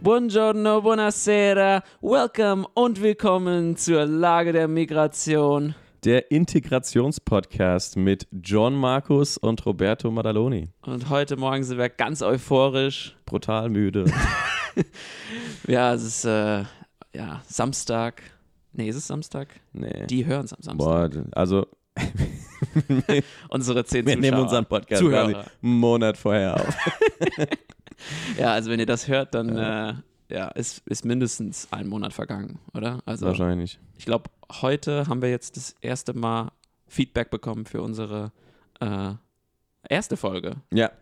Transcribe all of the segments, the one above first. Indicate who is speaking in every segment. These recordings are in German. Speaker 1: Buongiorno, buonasera, welcome und willkommen zur Lage der Migration.
Speaker 2: Der Integrationspodcast mit John Markus und Roberto Madaloni.
Speaker 1: Und heute Morgen sind wir ganz euphorisch.
Speaker 2: Brutal müde.
Speaker 1: Ja, es ist äh, ja, Samstag. Nee, ist es Samstag?
Speaker 2: Nee.
Speaker 1: Die hören es am Samstag.
Speaker 2: Boah, also
Speaker 1: Unsere zehn
Speaker 2: wir
Speaker 1: Zuschauer.
Speaker 2: nehmen unseren Podcast quasi
Speaker 1: Zuhörer.
Speaker 2: einen Monat vorher auf.
Speaker 1: Ja, also wenn ihr das hört, dann ja. Äh, ja, ist, ist mindestens ein Monat vergangen, oder? Also
Speaker 2: Wahrscheinlich.
Speaker 1: ich glaube, heute haben wir jetzt das erste Mal Feedback bekommen für unsere äh, erste Folge.
Speaker 2: Ja.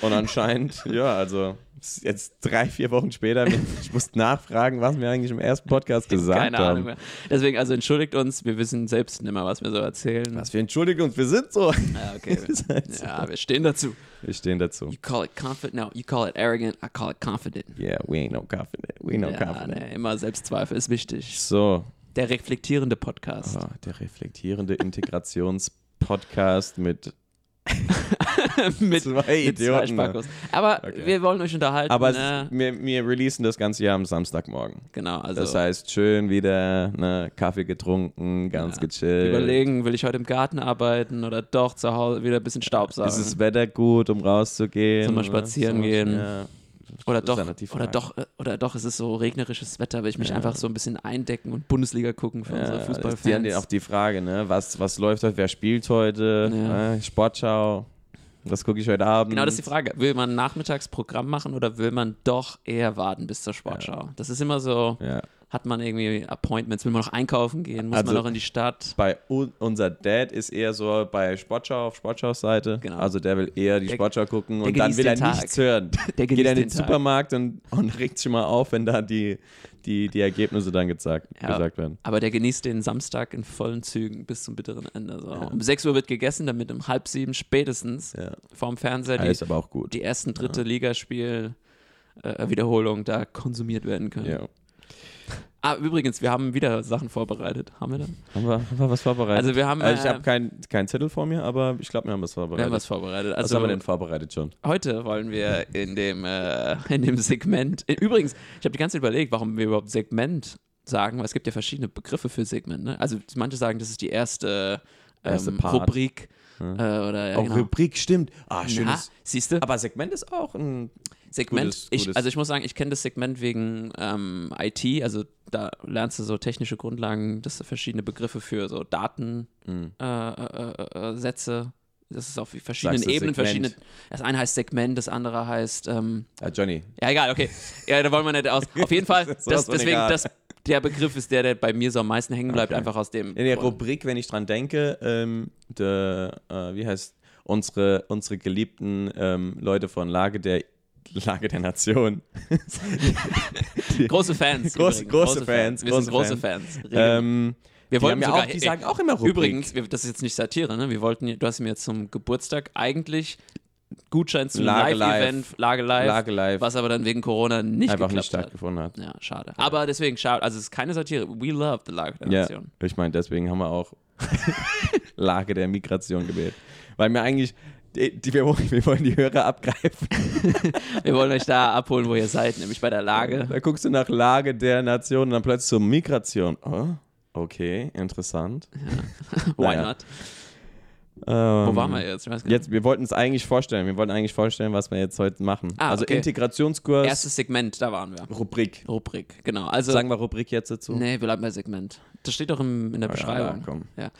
Speaker 2: Und anscheinend, ja, also es ist jetzt drei, vier Wochen später, ich muss nachfragen, was wir eigentlich im ersten Podcast gesagt
Speaker 1: Keine
Speaker 2: haben.
Speaker 1: Ahnung mehr. Deswegen, also entschuldigt uns, wir wissen selbst nicht mehr, was wir so erzählen.
Speaker 2: Was wir entschuldigen uns, wir sind so.
Speaker 1: Ja, okay.
Speaker 2: Ist halt so.
Speaker 1: ja, wir stehen dazu.
Speaker 2: Wir stehen dazu.
Speaker 1: You call it confident, no, you call it arrogant, I call it confident.
Speaker 2: Yeah, we ain't no confident. We ain't no
Speaker 1: ja,
Speaker 2: confident.
Speaker 1: nee, immer Selbstzweifel ist wichtig.
Speaker 2: So,
Speaker 1: Der reflektierende Podcast.
Speaker 2: Ah, der reflektierende Integrationspodcast mit
Speaker 1: mit
Speaker 2: zwei
Speaker 1: mit zwei
Speaker 2: Idioten. ne?
Speaker 1: Spackos. Aber
Speaker 2: Okay.
Speaker 1: wir wollen euch unterhalten.
Speaker 2: Aber es,
Speaker 1: ne?
Speaker 2: wir, wir releasen das ganze Jahr am Samstagmorgen.
Speaker 1: genau, also
Speaker 2: Das heißt, schön wieder ne, Kaffee getrunken, ganz
Speaker 1: Ja.
Speaker 2: gechillt.
Speaker 1: überlegen, will ich heute im Garten arbeiten oder doch zu Hause wieder ein bisschen Staub
Speaker 2: Ist
Speaker 1: saugen.
Speaker 2: das Wetter gut, um rauszugehen?
Speaker 1: Sollen wir
Speaker 2: ne?
Speaker 1: spazieren
Speaker 2: Sollen wir-
Speaker 1: gehen?
Speaker 2: Ja.
Speaker 1: Oder
Speaker 2: Das ist
Speaker 1: doch,
Speaker 2: dann halt die
Speaker 1: oder
Speaker 2: Frage.
Speaker 1: doch, äh, oder doch, es ist so regnerisches Wetter, will ich mich
Speaker 2: Ja.
Speaker 1: einfach so ein bisschen eindecken und Bundesliga gucken für unsere
Speaker 2: Ja, das ist
Speaker 1: Fußballfans.
Speaker 2: die- auch die Frage, ne? Was, was läuft heute? Wer spielt heute?
Speaker 1: Ja.
Speaker 2: Ne? Sportschau. Was gucke ich heute Abend?
Speaker 1: Genau, das ist die Frage. Will man Nachmittagsprogramm machen oder will man doch eher warten bis zur Sportschau? Das ist immer so,
Speaker 2: Ja.
Speaker 1: hat man irgendwie Appointments, will man noch einkaufen gehen, muss man
Speaker 2: Also-
Speaker 1: noch in die Stadt?
Speaker 2: bei un unser Dad ist eher so bei Sportschau auf Sportschaus Seite.
Speaker 1: Genau.
Speaker 2: Also der will eher die
Speaker 1: Der-
Speaker 2: Sportschau gucken und
Speaker 1: der
Speaker 2: dann
Speaker 1: genießt
Speaker 2: will er
Speaker 1: den Tag.
Speaker 2: nichts hören.
Speaker 1: Der
Speaker 2: Geht
Speaker 1: genießt
Speaker 2: er in
Speaker 1: den
Speaker 2: den
Speaker 1: Tag.
Speaker 2: Supermarkt und, und regt sich mal auf, wenn da die, die, die Ergebnisse dann gesagt,
Speaker 1: Ja.
Speaker 2: gesagt werden.
Speaker 1: Aber der genießt den Samstag in vollen Zügen bis zum bitteren Ende. So. Um 6 Uhr wird gegessen, damit um halb sieben spätestens
Speaker 2: Ja.
Speaker 1: vorm Fernseher
Speaker 2: Ja,
Speaker 1: die,
Speaker 2: ist aber auch gut.
Speaker 1: die ersten dritte Ligaspiel äh, Wiederholung da konsumiert werden können.
Speaker 2: Ja.
Speaker 1: Ah, übrigens, wir haben wieder Sachen vorbereitet. Haben wir dann?
Speaker 2: Haben, wir, haben wir was vorbereitet?
Speaker 1: Also wir haben,
Speaker 2: Also ich
Speaker 1: äh,
Speaker 2: habe keinen kein Zettel vor mir, aber ich glaube, wir haben was
Speaker 1: Wir
Speaker 2: vorbereitet.
Speaker 1: haben was vorbereitet.
Speaker 2: was
Speaker 1: Also
Speaker 2: haben wir denn vorbereitet schon?
Speaker 1: heute wollen wir in dem, äh, in dem Segment. äh, Übrigens, ich habe die ganze Zeit überlegt, warum wir überhaupt Segment sagen, weil es gibt ja verschiedene Begriffe für Segment. Ne? Also manche sagen, das ist die erste, ähm,
Speaker 2: Erste Part.
Speaker 1: Rubrik äh, oder ja,
Speaker 2: Auch
Speaker 1: genau.
Speaker 2: Rubrik, stimmt. Ah,
Speaker 1: Na,
Speaker 2: schönes.
Speaker 1: siehst du?
Speaker 2: Aber Segment ist auch ein.
Speaker 1: Segment,
Speaker 2: Gutes,
Speaker 1: Ich,
Speaker 2: gutes.
Speaker 1: also ich muss sagen, ich kenne das Segment wegen ähm, IT, also da lernst du so technische Grundlagen, das sind verschiedene Begriffe für so Daten,
Speaker 2: Mhm.
Speaker 1: äh, äh, äh, Sätze, das ist auf verschiedenen
Speaker 2: Sagst du
Speaker 1: Ebenen,
Speaker 2: Segment?
Speaker 1: verschiedene, das eine heißt Segment, das andere heißt, ähm,
Speaker 2: Ah, Johnny.
Speaker 1: ja egal, okay, ja, da wollen wir nicht aus, auf jeden Fall,
Speaker 2: Sowas
Speaker 1: das,
Speaker 2: von
Speaker 1: deswegen,
Speaker 2: egal.
Speaker 1: das, der Begriff ist der, der bei mir so am meisten hängen bleibt,
Speaker 2: Okay.
Speaker 1: einfach aus dem,
Speaker 2: In der Rubrik, wenn ich dran denke, ähm, der, äh, wie heißt unsere, unsere geliebten ähm, Leute von Lage der Lage der Nation.
Speaker 1: große Fans,
Speaker 2: Groß-
Speaker 1: übrigens,
Speaker 2: große Fans,
Speaker 1: wir sind
Speaker 2: große
Speaker 1: große Fans,
Speaker 2: ähm,
Speaker 1: genau. wir
Speaker 2: die, haben
Speaker 1: wollten sogar,
Speaker 2: ja
Speaker 1: e-
Speaker 2: auch, die sagen auch immer Rubrik.
Speaker 1: Übrigens, wir, das ist jetzt nicht Satire, ne? Wir wollten, ja- du hast mir zum Geburtstag eigentlich Gutschein zum
Speaker 2: Lage
Speaker 1: Live-Event, Lage Live,
Speaker 2: Lage live
Speaker 1: was aber dann wegen Corona nicht
Speaker 2: einfach nicht
Speaker 1: geklappt
Speaker 2: stattgefunden hat.
Speaker 1: hat. Ja, schade. Aber deswegen, schade. Also, es ist keine Satire. We love the Lage der
Speaker 2: Ja,
Speaker 1: Nation.
Speaker 2: ich meine, deswegen haben wir auch Lage der Migration gewählt. Weil mir eigentlich, die, die, wir, wollen- wir wollen die Hörer abgreifen.
Speaker 1: Wir wollen euch da abholen, wo ihr seid, nämlich bei der Lage.
Speaker 2: Da guckst du nach Lage der Nation und dann plötzlich zur Migration. Oh, okay, interessant.
Speaker 1: Why
Speaker 2: Naja.
Speaker 1: not?
Speaker 2: Ähm,
Speaker 1: Wo waren wir jetzt? Ich weiß gar nicht.
Speaker 2: Jetzt, wir wollten es eigentlich vorstellen. Wir wollten eigentlich vorstellen, was wir jetzt heute machen.
Speaker 1: Ah,
Speaker 2: also
Speaker 1: okay.
Speaker 2: Integrationskurs,
Speaker 1: Erstes Segment, da waren wir.
Speaker 2: Rubrik.
Speaker 1: Rubrik, genau. Also,
Speaker 2: Sagen wir Rubrik jetzt dazu?
Speaker 1: nee, wir bleiben bei Segment. Das steht doch im, in der
Speaker 2: Ja,
Speaker 1: Beschreibung.
Speaker 2: komm.
Speaker 1: Wir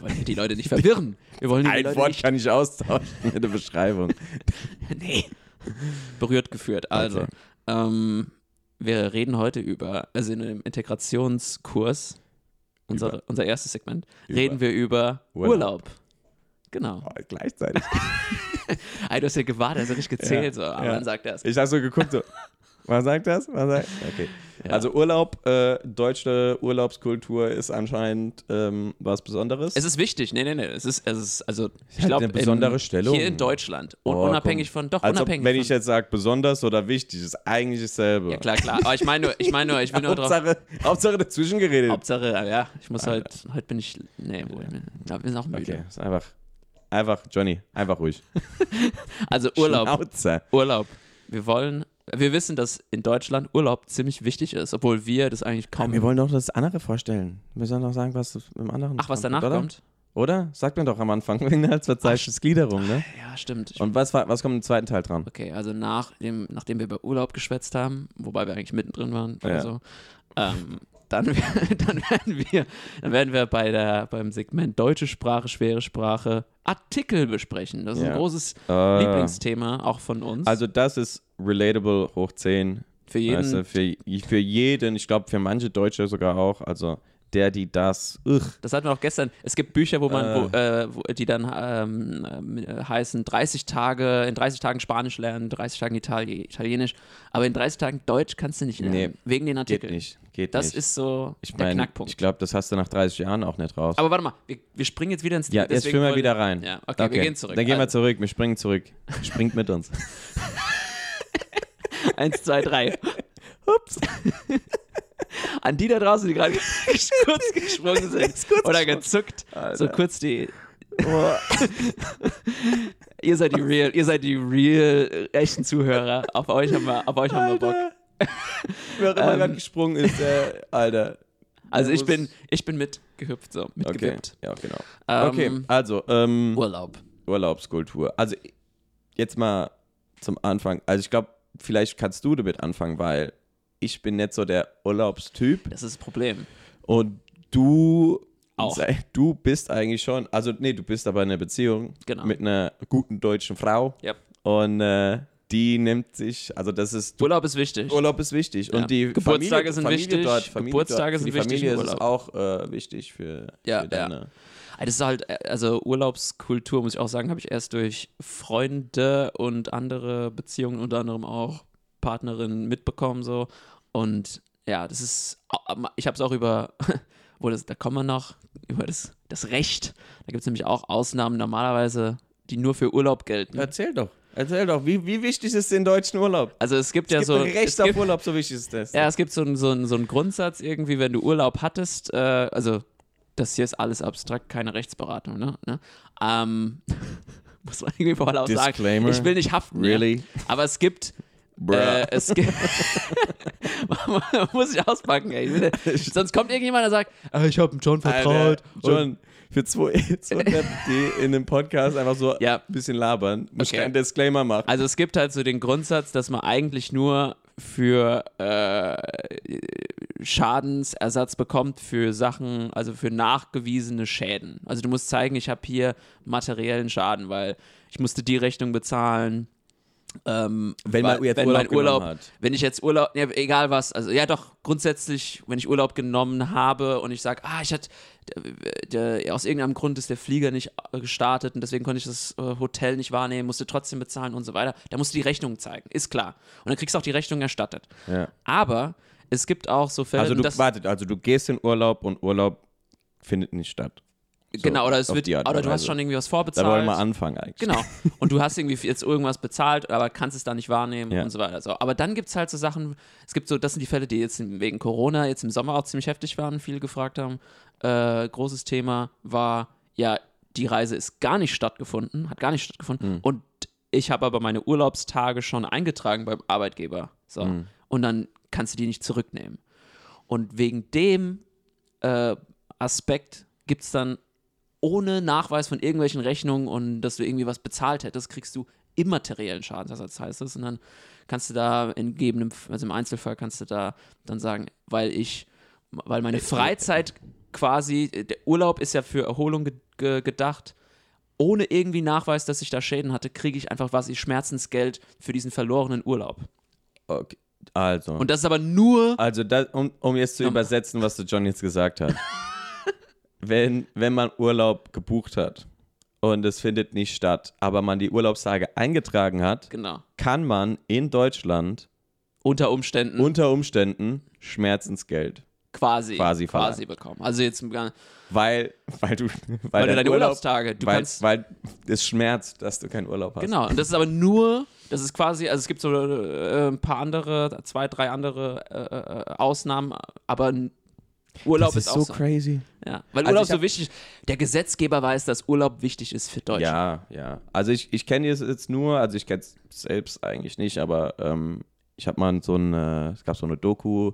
Speaker 1: wollen ja die Leute nicht verwirren. Wir wollen ja die
Speaker 2: Ein
Speaker 1: Leute
Speaker 2: Wort
Speaker 1: nicht
Speaker 2: kann ich austauschen mit der Beschreibung.
Speaker 1: Nee. Berührt geführt. Also,
Speaker 2: Okay.
Speaker 1: ähm, wir reden heute über, also in einem Integrationskurs, unsere, unser erstes Segment,
Speaker 2: Über.
Speaker 1: reden wir über
Speaker 2: Urlaub.
Speaker 1: Urlaub. Genau.
Speaker 2: Oh, gleichzeitig.
Speaker 1: Ey, du hast ja gewartet, hast ja richtig gezählt,
Speaker 2: Oh. Ja,
Speaker 1: so, aber
Speaker 2: ja.
Speaker 1: dann sagt er es.
Speaker 2: Ich habe so geguckt, so, was sagt das? Was sagt okay. Also Urlaub, äh, deutsche Urlaubskultur ist anscheinend ähm, was Besonderes.
Speaker 1: Es ist wichtig, nee, nee, nee. Es ist, es ist also, ich
Speaker 2: hat
Speaker 1: glaube,
Speaker 2: halt eine besondere Stellung.
Speaker 1: Hier in Deutschland. Und
Speaker 2: Oh,
Speaker 1: unabhängig
Speaker 2: komm.
Speaker 1: von, doch,
Speaker 2: also,
Speaker 1: unabhängig
Speaker 2: wenn
Speaker 1: von.
Speaker 2: ich jetzt sage besonders oder wichtig, ist eigentlich dasselbe.
Speaker 1: ja, klar, klar. Aber ich meine nur, ich meine nur, ich will nur drauf.
Speaker 2: Hauptsache, Ah, Hauptsache dazwischen geredet.
Speaker 1: Hauptsache, ja, ich muss halt, heute bin ich, nee, wohl, wir sind auch müde.
Speaker 2: Okay, ist einfach, einfach, Johnny, einfach ruhig.
Speaker 1: Also Urlaub,
Speaker 2: Schnauze.
Speaker 1: Urlaub. Wir wollen Wir wissen, dass in Deutschland Urlaub ziemlich wichtig ist, obwohl wir das eigentlich kaum.
Speaker 2: Wir wollen doch das andere vorstellen. Wir sollen doch sagen, was im anderen
Speaker 1: Ach, was
Speaker 2: kommt,
Speaker 1: danach
Speaker 2: oder?
Speaker 1: kommt?
Speaker 2: Oder? Sagt man doch am Anfang, Inhaltsverzeichnisgliederung, ne?
Speaker 1: Ja, stimmt. Ich-
Speaker 2: Und was, war- was kommt im zweiten Teil dran?
Speaker 1: Okay, also nach dem, nachdem wir über Urlaub geschwätzt haben, wobei wir eigentlich mittendrin waren oder
Speaker 2: Ja.
Speaker 1: so, ähm, dann, wär- dann, werden wir, dann werden wir bei der, beim Segment deutsche Sprache, schwere Sprache Artikel besprechen. Das ist
Speaker 2: Ja.
Speaker 1: ein großes
Speaker 2: Äh,
Speaker 1: Lieblingsthema, auch von uns.
Speaker 2: Also das ist relatable hoch 10.
Speaker 1: für jeden.
Speaker 2: Weißt du, für, für jeden, ich glaube für manche Deutsche sogar auch. Also der, die das. Ugh.
Speaker 1: das hatten wir auch gestern. Es gibt Bücher, wo man, wo, äh, wo, die dann ähm, ähm, äh, heißen 30 Tage, in 30 Tagen Spanisch lernen, 30 Tagen Itali Italienisch, aber in 30 Tagen Deutsch kannst du nicht lernen.
Speaker 2: Nee,
Speaker 1: wegen den
Speaker 2: Geht
Speaker 1: Artikeln.
Speaker 2: nicht. Geht
Speaker 1: Das
Speaker 2: nicht.
Speaker 1: ist so
Speaker 2: ich
Speaker 1: der
Speaker 2: meine,
Speaker 1: Knackpunkt.
Speaker 2: ich glaube, das hast du nach 30 Jahren auch nicht raus.
Speaker 1: Aber warte mal, wir, wir springen jetzt wieder ins
Speaker 2: ja, jetzt
Speaker 1: deswegen
Speaker 2: schwimmen wir
Speaker 1: wollen-
Speaker 2: wieder rein.
Speaker 1: Ja, okay, wir gehen zurück. Also-
Speaker 2: Dann gehen wir zurück, wir springen zurück. Springt mit uns.
Speaker 1: zurück. Eins, zwei, drei. Ups. An die da draußen, die gerade kurz gesprungen sind oder gezuckt, so kurz die. ihr seid die real, ihr seid die real äh, echten Zuhörer. Auf euch haben wir, auf euch haben wir Bock.
Speaker 2: Wer auch immer
Speaker 1: Ähm.
Speaker 2: gerade gesprungen ist, äh, Alter.
Speaker 1: Also
Speaker 2: Der
Speaker 1: ich
Speaker 2: muss-
Speaker 1: bin, ich bin mitgehüpft so,
Speaker 2: Okay,
Speaker 1: mitgewippt.
Speaker 2: ja, genau.
Speaker 1: Ähm,
Speaker 2: okay, also, ähm,
Speaker 1: Urlaub.
Speaker 2: Urlaubskultur. Also jetzt mal zum Anfang. Also ich glaube, vielleicht kannst du damit anfangen, weil ich bin nicht so der Urlaubstyp
Speaker 1: Das ist das Problem.
Speaker 2: und du
Speaker 1: Auch.
Speaker 2: du bist eigentlich schon, also nee, du bist aber in einer Beziehung
Speaker 1: Genau.
Speaker 2: mit einer guten deutschen Frau
Speaker 1: Yep.
Speaker 2: und äh, die nimmt sich, also das ist
Speaker 1: Urlaub ist wichtig.
Speaker 2: Urlaub ist wichtig
Speaker 1: Ja.
Speaker 2: und die
Speaker 1: Geburtstage
Speaker 2: Familie,
Speaker 1: sind
Speaker 2: Familie
Speaker 1: wichtig,
Speaker 2: Dort, Familie
Speaker 1: Geburtstage
Speaker 2: dort, für
Speaker 1: sind
Speaker 2: die
Speaker 1: wichtig
Speaker 2: Familie
Speaker 1: im
Speaker 2: ist es auch äh, wichtig für,
Speaker 1: Ja, ja.
Speaker 2: für deine
Speaker 1: Ah, Das ist halt, äh, also Urlaubskultur, muss ich auch sagen, habe ich erst durch Freunde und andere Beziehungen, unter anderem auch Partnerinnen mitbekommen so. Und ja, das ist, ich habe es auch über, wo das, da kommen wir noch, über das, das Recht. Da gibt es nämlich auch Ausnahmen normalerweise, die nur für Urlaub gelten.
Speaker 2: Erzähl doch, erzähl doch, wie, wie wichtig ist den deutschen Urlaub?
Speaker 1: Also es gibt ja
Speaker 2: Es gibt
Speaker 1: so,
Speaker 2: ein Recht
Speaker 1: es gibt,
Speaker 2: auf Urlaub, so wichtig ist das.
Speaker 1: ja, es gibt so einen so einen- so einen Grundsatz irgendwie, wenn du Urlaub hattest, äh, also das hier ist alles abstrakt, keine Rechtsberatung, ne? ne? Ähm, muss man irgendwie vorher auch sagen.
Speaker 2: Disclaimer.
Speaker 1: Ich will nicht haften.
Speaker 2: Really?
Speaker 1: Ja. Aber es gibt.
Speaker 2: Bruh.
Speaker 1: Äh, es gibt muss ich auspacken, ey. Sonst kommt irgendjemand, der sagt, "Ah, ich habe einen John vertraut.
Speaker 2: Alter, John, für zwei, zwei Deppen, die in einem Podcast einfach so
Speaker 1: Ja.
Speaker 2: ein bisschen labern, muss
Speaker 1: Okay.
Speaker 2: ich keinen Disclaimer machen.
Speaker 1: Also es gibt halt so den Grundsatz, dass man eigentlich nur für äh, Schadensersatz bekommt für Sachen, also für nachgewiesene Schäden. Also du musst zeigen, ich habe hier materiellen Schaden, weil ich musste die Rechnung bezahlen. Ähm,
Speaker 2: Wenn man
Speaker 1: weil-
Speaker 2: jetzt
Speaker 1: wenn
Speaker 2: Urlaub
Speaker 1: mein Urlaub
Speaker 2: genommen hat.
Speaker 1: Wenn ich jetzt Urlaub, ja, egal was, also ja doch, grundsätzlich, wenn ich Urlaub genommen habe und ich sage, ah, ich hatte, der, der, aus irgendeinem Grund ist der Flieger nicht äh, gestartet und deswegen konnte ich das äh, Hotel nicht wahrnehmen, musste trotzdem bezahlen und so weiter, da musst du die Rechnung zeigen, ist klar. Und dann kriegst du auch die Rechnung erstattet.
Speaker 2: Ja.
Speaker 1: Aber es gibt auch so Fälle,
Speaker 2: Also du,
Speaker 1: dass,
Speaker 2: wartet, also du gehst in Urlaub und Urlaub findet nicht statt.
Speaker 1: genau, oder es
Speaker 2: auf
Speaker 1: wird,
Speaker 2: die Art und
Speaker 1: oder du hast
Speaker 2: Weise.
Speaker 1: schon irgendwie was vorbezahlt.
Speaker 2: Da wollen wir anfangen eigentlich.
Speaker 1: Genau. Und du hast irgendwie jetzt irgendwas bezahlt, aber kannst es da nicht wahrnehmen
Speaker 2: Ja.
Speaker 1: und so weiter. So. Aber dann gibt es halt so Sachen, es gibt so, das sind die Fälle, die jetzt wegen Corona jetzt im Sommer auch ziemlich heftig waren, viele gefragt haben. Äh, großes Thema war, ja, die Reise ist gar nicht stattgefunden, hat gar nicht stattgefunden. Und ich habe aber meine Urlaubstage schon eingetragen beim Arbeitgeber. So. Und dann kannst du die nicht zurücknehmen. Und wegen dem äh, Aspekt gibt es dann ohne Nachweis von irgendwelchen Rechnungen und dass du irgendwie was bezahlt hättest, kriegst du immateriellen Schadensersatz, heißt es. Und dann kannst du da in gegebenem, also im Einzelfall kannst du da dann sagen, weil ich, weil meine Freizeit quasi, der Urlaub ist ja für Erholung ge ge gedacht, ohne irgendwie Nachweis, dass ich da Schäden hatte, kriege ich einfach was, ich Schmerzensgeld für diesen verlorenen Urlaub.
Speaker 2: Okay. Also,
Speaker 1: Und das ist aber nur,
Speaker 2: also das, um, um jetzt zu
Speaker 1: Ähm.
Speaker 2: übersetzen, was der John jetzt gesagt hat. wenn, wenn man Urlaub gebucht hat und es findet nicht statt, aber man die Urlaubstage eingetragen hat,
Speaker 1: genau,
Speaker 2: kann man in Deutschland
Speaker 1: unter Umständen
Speaker 2: unter Umständen Schmerzensgeld.
Speaker 1: quasi,
Speaker 2: quasi
Speaker 1: quasi bekommen. Also jetzt, weil,
Speaker 2: Weil, weil du,
Speaker 1: weil
Speaker 2: weil
Speaker 1: du
Speaker 2: dein
Speaker 1: deine
Speaker 2: Urlaub,
Speaker 1: Urlaubstage, du
Speaker 2: weil,
Speaker 1: kannst
Speaker 2: weil es schmerzt, dass du keinen Urlaub hast.
Speaker 1: Genau, und das ist aber nur, das ist quasi, also es gibt so äh, ein paar andere, zwei, drei andere äh, äh, Ausnahmen, aber n- Urlaub
Speaker 2: Das ist
Speaker 1: auch
Speaker 2: so
Speaker 1: so.
Speaker 2: crazy.
Speaker 1: Ja. Weil
Speaker 2: Also
Speaker 1: Urlaub
Speaker 2: ich hab-
Speaker 1: so wichtig ist. Der Gesetzgeber weiß, dass Urlaub wichtig ist für Deutschland.
Speaker 2: Ja, ja. Also ich, ich kenne es jetzt nur, also ich kenne es selbst eigentlich nicht, aber ähm, ich habe mal so eine, es gab so eine Doku,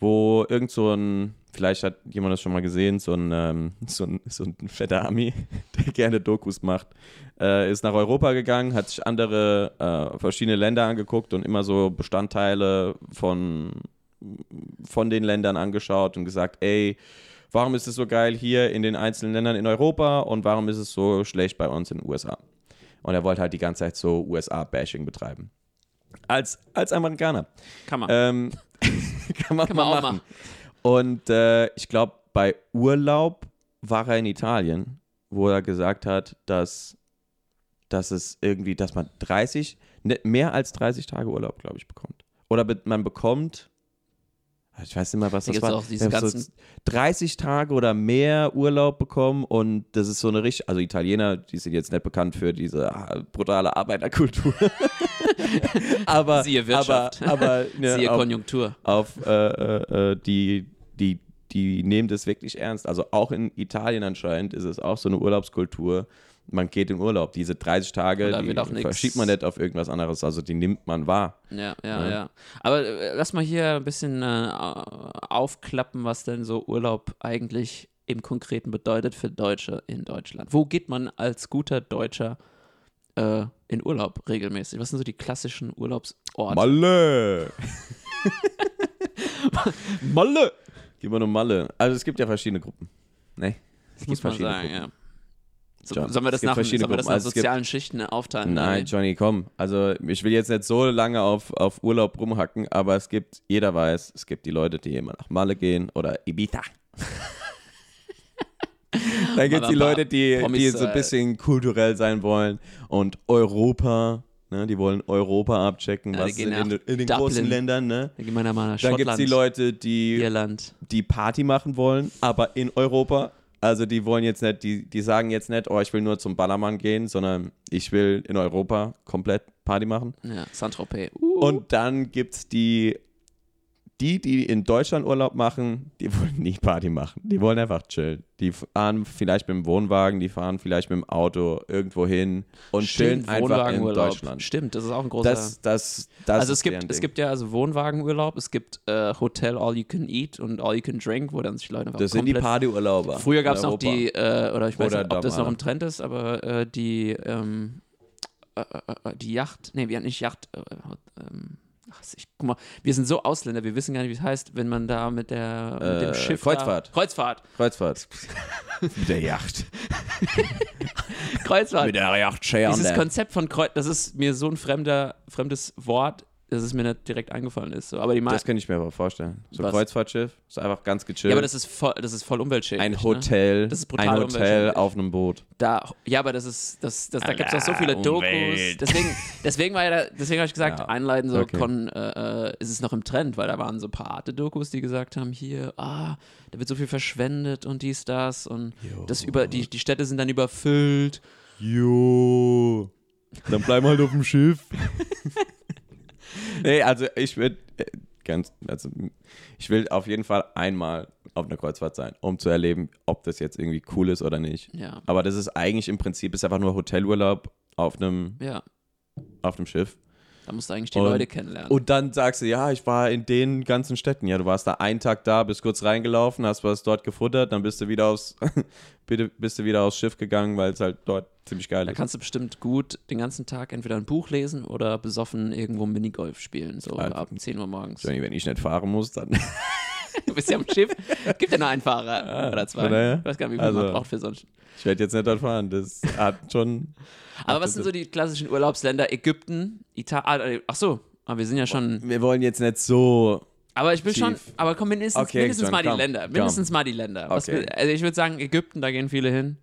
Speaker 2: wo irgend so ein, vielleicht hat jemand das schon mal gesehen, so ein, ähm, so ein, so ein fetter Ami, der gerne Dokus macht, äh, ist nach Europa gegangen, hat sich andere, äh, verschiedene Länder angeguckt und immer so Bestandteile von, von den Ländern angeschaut und gesagt, ey, warum ist es so geil hier in den einzelnen Ländern in Europa und warum ist es so schlecht bei uns in den USA? Und er wollte halt die ganze Zeit so USA-Bashing betreiben. Als, als Amerikaner.
Speaker 1: Kann man.
Speaker 2: Ähm, kann man,
Speaker 1: Kann
Speaker 2: mal
Speaker 1: man auch
Speaker 2: machen. Und äh, ich glaube, bei Urlaub war er in Italien, wo er gesagt hat, dass, dass es irgendwie, dass man 30, ne, mehr als 30 Tage Urlaub, glaube ich, bekommt. Oder be man bekommt, ah, ich weiß nicht mal, was
Speaker 1: Da
Speaker 2: das
Speaker 1: gibt's
Speaker 2: war.
Speaker 1: auch diese
Speaker 2: Ich hab so
Speaker 1: ganzen-
Speaker 2: 30 Tage oder mehr Urlaub bekommen und das ist so eine richtig, also Italiener, die sind jetzt nicht bekannt für diese ah, brutale Arbeiterkultur. aber,
Speaker 1: Siehe Wirtschaft.
Speaker 2: aber, aber ne,
Speaker 1: Siehe
Speaker 2: auf-
Speaker 1: Konjunktur.
Speaker 2: auf äh, äh, äh, die, die, die nehmen das wirklich ernst. Also auch in Italien anscheinend ist es auch so eine Urlaubskultur. Man geht in Urlaub. Diese 30 Tage,
Speaker 1: Und da
Speaker 2: die
Speaker 1: wird auch nix-
Speaker 2: verschiebt man nicht auf irgendwas anderes. Also die nimmt man wahr.
Speaker 1: Ja, ja,
Speaker 2: Ja.
Speaker 1: ja, Aber äh, lass mal hier ein bisschen äh, aufklappen, was denn so Urlaub eigentlich im Konkreten bedeutet für Deutsche in Deutschland. Wo geht man als guter Deutscher äh, in Urlaub regelmäßig? Was sind so die klassischen Urlaubsorte?
Speaker 2: Malle! Malle! Gehen wir nur Malle. Also es gibt ja verschiedene Gruppen. Ne? Es gibt
Speaker 1: muss man
Speaker 2: verschiedene
Speaker 1: sagen,
Speaker 2: Gruppen.
Speaker 1: ja. So,
Speaker 2: Tja,
Speaker 1: sollen wir
Speaker 2: es
Speaker 1: das
Speaker 2: gibt
Speaker 1: nach,
Speaker 2: verschiedene
Speaker 1: sollen wir das
Speaker 2: Gruppen.
Speaker 1: nach
Speaker 2: Also es gibt-
Speaker 1: sozialen Schichten aufteilen?
Speaker 2: Nein,
Speaker 1: Oder
Speaker 2: Johnny, komm. Also ich will jetzt nicht so lange auf, auf Urlaub rumhacken, aber es gibt, jeder weiß, es gibt die Leute, die immer nach Malle gehen oder Ibiza. Dann gibt
Speaker 1: Aber
Speaker 2: es die
Speaker 1: ein paar
Speaker 2: Leute, die, die
Speaker 1: Promis,
Speaker 2: so ein
Speaker 1: äh,
Speaker 2: bisschen kulturell sein wollen und Europa, ne, die wollen Europa abchecken,
Speaker 1: Ja, die
Speaker 2: was
Speaker 1: gehen
Speaker 2: in, in,
Speaker 1: nach
Speaker 2: in den großen
Speaker 1: Dublin.
Speaker 2: Ländern, ne?
Speaker 1: wie? Dann gehen wir da mal nach
Speaker 2: Dann
Speaker 1: Schottland,
Speaker 2: gibt es die Leute, die
Speaker 1: Irland.
Speaker 2: die Party machen wollen, aber in Europa. Also die wollen jetzt nicht, die, die sagen jetzt nicht, oh, ich will nur zum Ballermann gehen, sondern ich will in Europa komplett Party machen.
Speaker 1: Ja, Saint-Tropez. Uh,
Speaker 2: Und dann gibt's die, die, die in Deutschland Urlaub machen, die wollen nicht Party machen. Die wollen einfach chillen. Die fahren vielleicht mit dem Wohnwagen, die fahren vielleicht mit dem Auto irgendwo hin und chillen
Speaker 1: stimmt,
Speaker 2: einfach in
Speaker 1: Wohnwagenurlaub.
Speaker 2: Deutschland.
Speaker 1: Stimmt, das ist auch ein großer...
Speaker 2: Das, das, das
Speaker 1: also
Speaker 2: ist
Speaker 1: es gibt,
Speaker 2: deren
Speaker 1: es
Speaker 2: Ding.
Speaker 1: gibt ja also Wohnwagenurlaub, es gibt äh, Hotel All You Can Eat und All You Can Drink, wo dann sich Leute einfach
Speaker 2: das sind die
Speaker 1: komplett-
Speaker 2: Partyurlauber.
Speaker 1: Früher gab
Speaker 2: in
Speaker 1: es noch
Speaker 2: Europa.
Speaker 1: die, äh, oder ich weiß
Speaker 2: Oder
Speaker 1: nicht, ob das
Speaker 2: Dame.
Speaker 1: noch im Trend ist, aber äh, die, ähm, äh, äh, äh, die Yacht, nee, wir hatten nicht Yacht, äh, äh, ähm, ach, ich, guck mal, wir sind so Ausländer, wir wissen gar nicht, wie es heißt, wenn man da mit, der, mit
Speaker 2: Äh,
Speaker 1: dem Schiff
Speaker 2: Kreuzfahrt.
Speaker 1: Da, Kreuzfahrt,
Speaker 2: Kreuzfahrt. Mit der Yacht.
Speaker 1: Kreuzfahrt.
Speaker 2: Mit der Yacht Share
Speaker 1: Halt. Dieses Konzept von Kreuz, das ist mir so ein fremder, fremdes Wort, dass es mir nicht direkt eingefallen ist. So. Aber die Ma-
Speaker 2: Das könnte ich mir aber vorstellen. So ein
Speaker 1: Was?
Speaker 2: Kreuzfahrtschiff, ist einfach ganz gechillt.
Speaker 1: Ja, aber das ist voll, das ist voll umweltschädlich.
Speaker 2: ein
Speaker 1: Ne?
Speaker 2: Hotel,
Speaker 1: Das ist brutal
Speaker 2: ein Hotel
Speaker 1: umweltschädlich.
Speaker 2: auf einem Boot.
Speaker 1: Da, ja, aber das ist, das, das, da gibt es auch so
Speaker 2: Aller
Speaker 1: viele Dokus.
Speaker 2: Umwelt.
Speaker 1: Deswegen, deswegen war ja, da, deswegen habe ich gesagt,
Speaker 2: Ja.
Speaker 1: einleiten so,
Speaker 2: Okay.
Speaker 1: Con, äh, äh, ist es noch im Trend, weil da waren so ein paar Arte-Dokus, die gesagt haben, hier, ah, da wird so viel verschwendet und dies, das und das über, die, die Städte sind dann überfüllt.
Speaker 2: Jo. Dann bleiben halt auf dem Schiff. nee, also ich würde ganz, also ich will auf jeden Fall einmal auf einer Kreuzfahrt sein, um zu erleben, ob das jetzt irgendwie cool ist oder nicht.
Speaker 1: Ja,
Speaker 2: Aber das ist eigentlich im Prinzip ist einfach nur Hotelurlaub auf einem,
Speaker 1: ja,
Speaker 2: auf einem Schiff.
Speaker 1: da musst du eigentlich die
Speaker 2: Und-
Speaker 1: Leute kennenlernen.
Speaker 2: Und dann sagst du, ja, ich war in den ganzen Städten. Ja, du warst da einen Tag da, bist kurz reingelaufen, hast was dort gefuttert, dann bist du wieder aufs, bitte, bist du wieder aufs Schiff gegangen, weil es halt dort ziemlich geil
Speaker 1: da
Speaker 2: ist.
Speaker 1: kannst du bestimmt gut den ganzen Tag entweder ein Buch lesen oder besoffen irgendwo Minigolf spielen, so
Speaker 2: Also-
Speaker 1: ab 10 Uhr morgens.
Speaker 2: Johnny, wenn ich nicht fahren muss, dann.
Speaker 1: Du bist ja am Schiff. Gibt ja nur einen Fahrer
Speaker 2: Ah,
Speaker 1: oder zwei.
Speaker 2: von daher.
Speaker 1: Ich weiß gar nicht, wie viel
Speaker 2: Also-
Speaker 1: man braucht für so ein Sch-
Speaker 2: ich werde jetzt nicht dort fahren. Das hat schon.
Speaker 1: Aber was sind so die klassischen Urlaubsländer? Ägypten, Italien. Ach so, aber wir sind ja schon.
Speaker 2: Wir wollen jetzt nicht so.
Speaker 1: Aber ich will schon.
Speaker 2: Tief.
Speaker 1: Aber komm, mindestens,
Speaker 2: Okay,
Speaker 1: mindestens
Speaker 2: John,
Speaker 1: mal die
Speaker 2: komm,
Speaker 1: Länder.
Speaker 2: komm.
Speaker 1: Mindestens mal die Länder. Was
Speaker 2: Okay.
Speaker 1: will- also ich würde sagen, Ägypten, da gehen viele hin.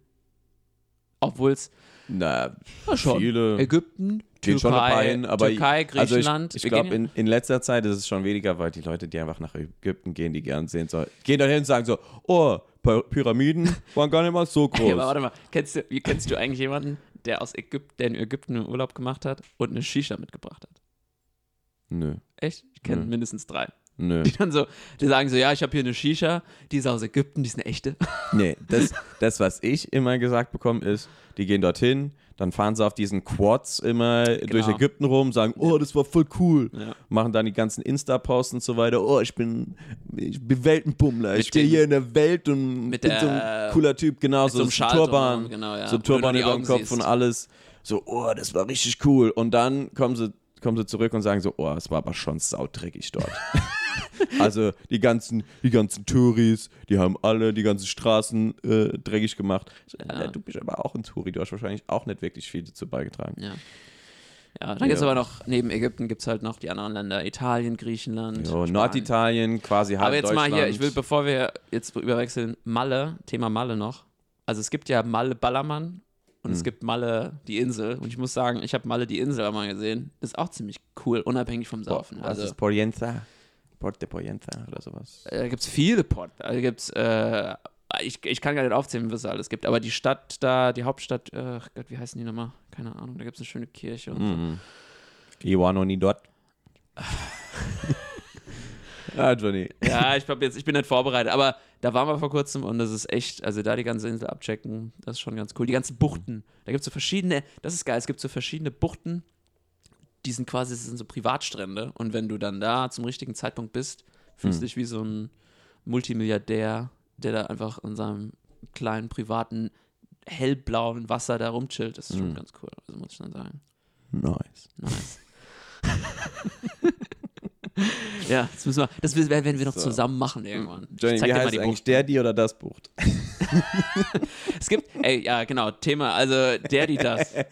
Speaker 1: Obwohl es.
Speaker 2: Na,
Speaker 1: Na schon.
Speaker 2: viele.
Speaker 1: Ägypten,
Speaker 2: gehen
Speaker 1: Türkei,
Speaker 2: schon ein paar hin, aber
Speaker 1: Türkei,
Speaker 2: also ich,
Speaker 1: Griechenland.
Speaker 2: ich
Speaker 1: Wir
Speaker 2: glaube,
Speaker 1: gehen-
Speaker 2: in, in letzter Zeit ist es schon weniger, weil die Leute, die einfach nach Ägypten gehen, die gern sehen sollen, gehen dann hin und sagen so: Oh, Py- Pyramiden waren gar nicht mal so groß.
Speaker 1: Ja, aber warte mal, kennst du, wie kennst du eigentlich jemanden, der aus Ägypten, der in Ägypten einen Urlaub gemacht hat und eine Shisha mitgebracht hat?
Speaker 2: Nö.
Speaker 1: Echt? Ich kenne
Speaker 2: Nö.
Speaker 1: mindestens drei.
Speaker 2: Nö.
Speaker 1: Die dann so, die sagen so, ja, ich habe hier eine Shisha, die ist aus Ägypten, die ist eine echte.
Speaker 2: Nee, das, das, was ich immer gesagt bekomme, ist, die gehen dorthin, dann fahren sie auf diesen Quads immer durch Ägypten rum, sagen, oh, das war voll cool.
Speaker 1: Genau. Ja.
Speaker 2: Machen dann die ganzen Insta-Posts und so weiter. Oh, ich bin, ich bin Weltenbummler. Ich
Speaker 1: Mit
Speaker 2: stehe
Speaker 1: dem-
Speaker 2: hier in der Welt und
Speaker 1: mit
Speaker 2: bin so
Speaker 1: der-
Speaker 2: ein cooler Typ. Genau, so,
Speaker 1: so einem
Speaker 2: ein
Speaker 1: Schal
Speaker 2: Turban.
Speaker 1: drumherum, genau, ja,
Speaker 2: So ein
Speaker 1: wo du nur
Speaker 2: Turban
Speaker 1: die
Speaker 2: über dem
Speaker 1: Augen
Speaker 2: Kopf
Speaker 1: siehst.
Speaker 2: und alles. So, oh, das war richtig cool. Und dann kommen sie, kommen sie zurück und sagen so, oh, es war aber schon saudreckig dort. Also die ganzen, die ganzen Touris, die haben alle die ganzen Straßen äh, dreckig gemacht. So, Alter, Du bist aber auch ein Touri, du hast wahrscheinlich auch nicht wirklich viel dazu beigetragen.
Speaker 1: Ja. Ja, dann gibt es
Speaker 2: Ja.
Speaker 1: aber noch, neben Ägypten gibt es halt noch die anderen Länder, Italien, Griechenland.
Speaker 2: So,
Speaker 1: Spanien.
Speaker 2: Norditalien, quasi halb
Speaker 1: Aber jetzt mal
Speaker 2: Deutschland.
Speaker 1: hier, ich will, bevor wir jetzt überwechseln, Malle, Thema Malle noch. Also es gibt ja Malle Ballermann und
Speaker 2: Mhm.
Speaker 1: es gibt Malle die Insel. Und ich muss sagen, ich habe Malle die Insel einmal gesehen. Ist auch ziemlich cool, unabhängig vom
Speaker 2: Boah,
Speaker 1: Saufen.
Speaker 2: Was
Speaker 1: also
Speaker 2: ist Porienza? Porte Porienza oder sowas.
Speaker 1: äh, da gibt es viele Port. Da gibt's, äh, ich, ich kann gar nicht aufzählen, was es alles gibt. Aber die Stadt da, die Hauptstadt, äh, ach Gott, wie heißen die nochmal? Keine Ahnung, da gibt es eine schöne Kirche. Und
Speaker 2: Mhm. Ich war noch nie dort. ah, Johnny.
Speaker 1: Ja, ich, hab jetzt, ich bin nicht vorbereitet, aber da waren wir vor kurzem und das ist echt, also da die ganze Insel abchecken, das ist schon ganz cool. Die ganzen Buchten, da gibt es so verschiedene, das ist geil, es gibt so verschiedene Buchten, die sind quasi, das sind so Privatstrände und wenn du dann da zum richtigen Zeitpunkt bist,
Speaker 2: Mhm.
Speaker 1: fühlst du dich wie so ein Multimilliardär, der da einfach in seinem kleinen privaten hellblauen Wasser da rumchillt. Das ist schon
Speaker 2: Mhm.
Speaker 1: ganz cool, also muss ich dann sagen.
Speaker 2: Nice.
Speaker 1: Nice. ja, das müssen wir, das werden wir noch
Speaker 2: So.
Speaker 1: zusammen machen irgendwann. Ich
Speaker 2: Johnny,
Speaker 1: zeig
Speaker 2: wie
Speaker 1: dir mal
Speaker 2: heißt
Speaker 1: die
Speaker 2: eigentlich der, die oder das Bucht?
Speaker 1: Bucht. Es gibt, ey, ja, genau, Thema, also der, die das.
Speaker 2: Der,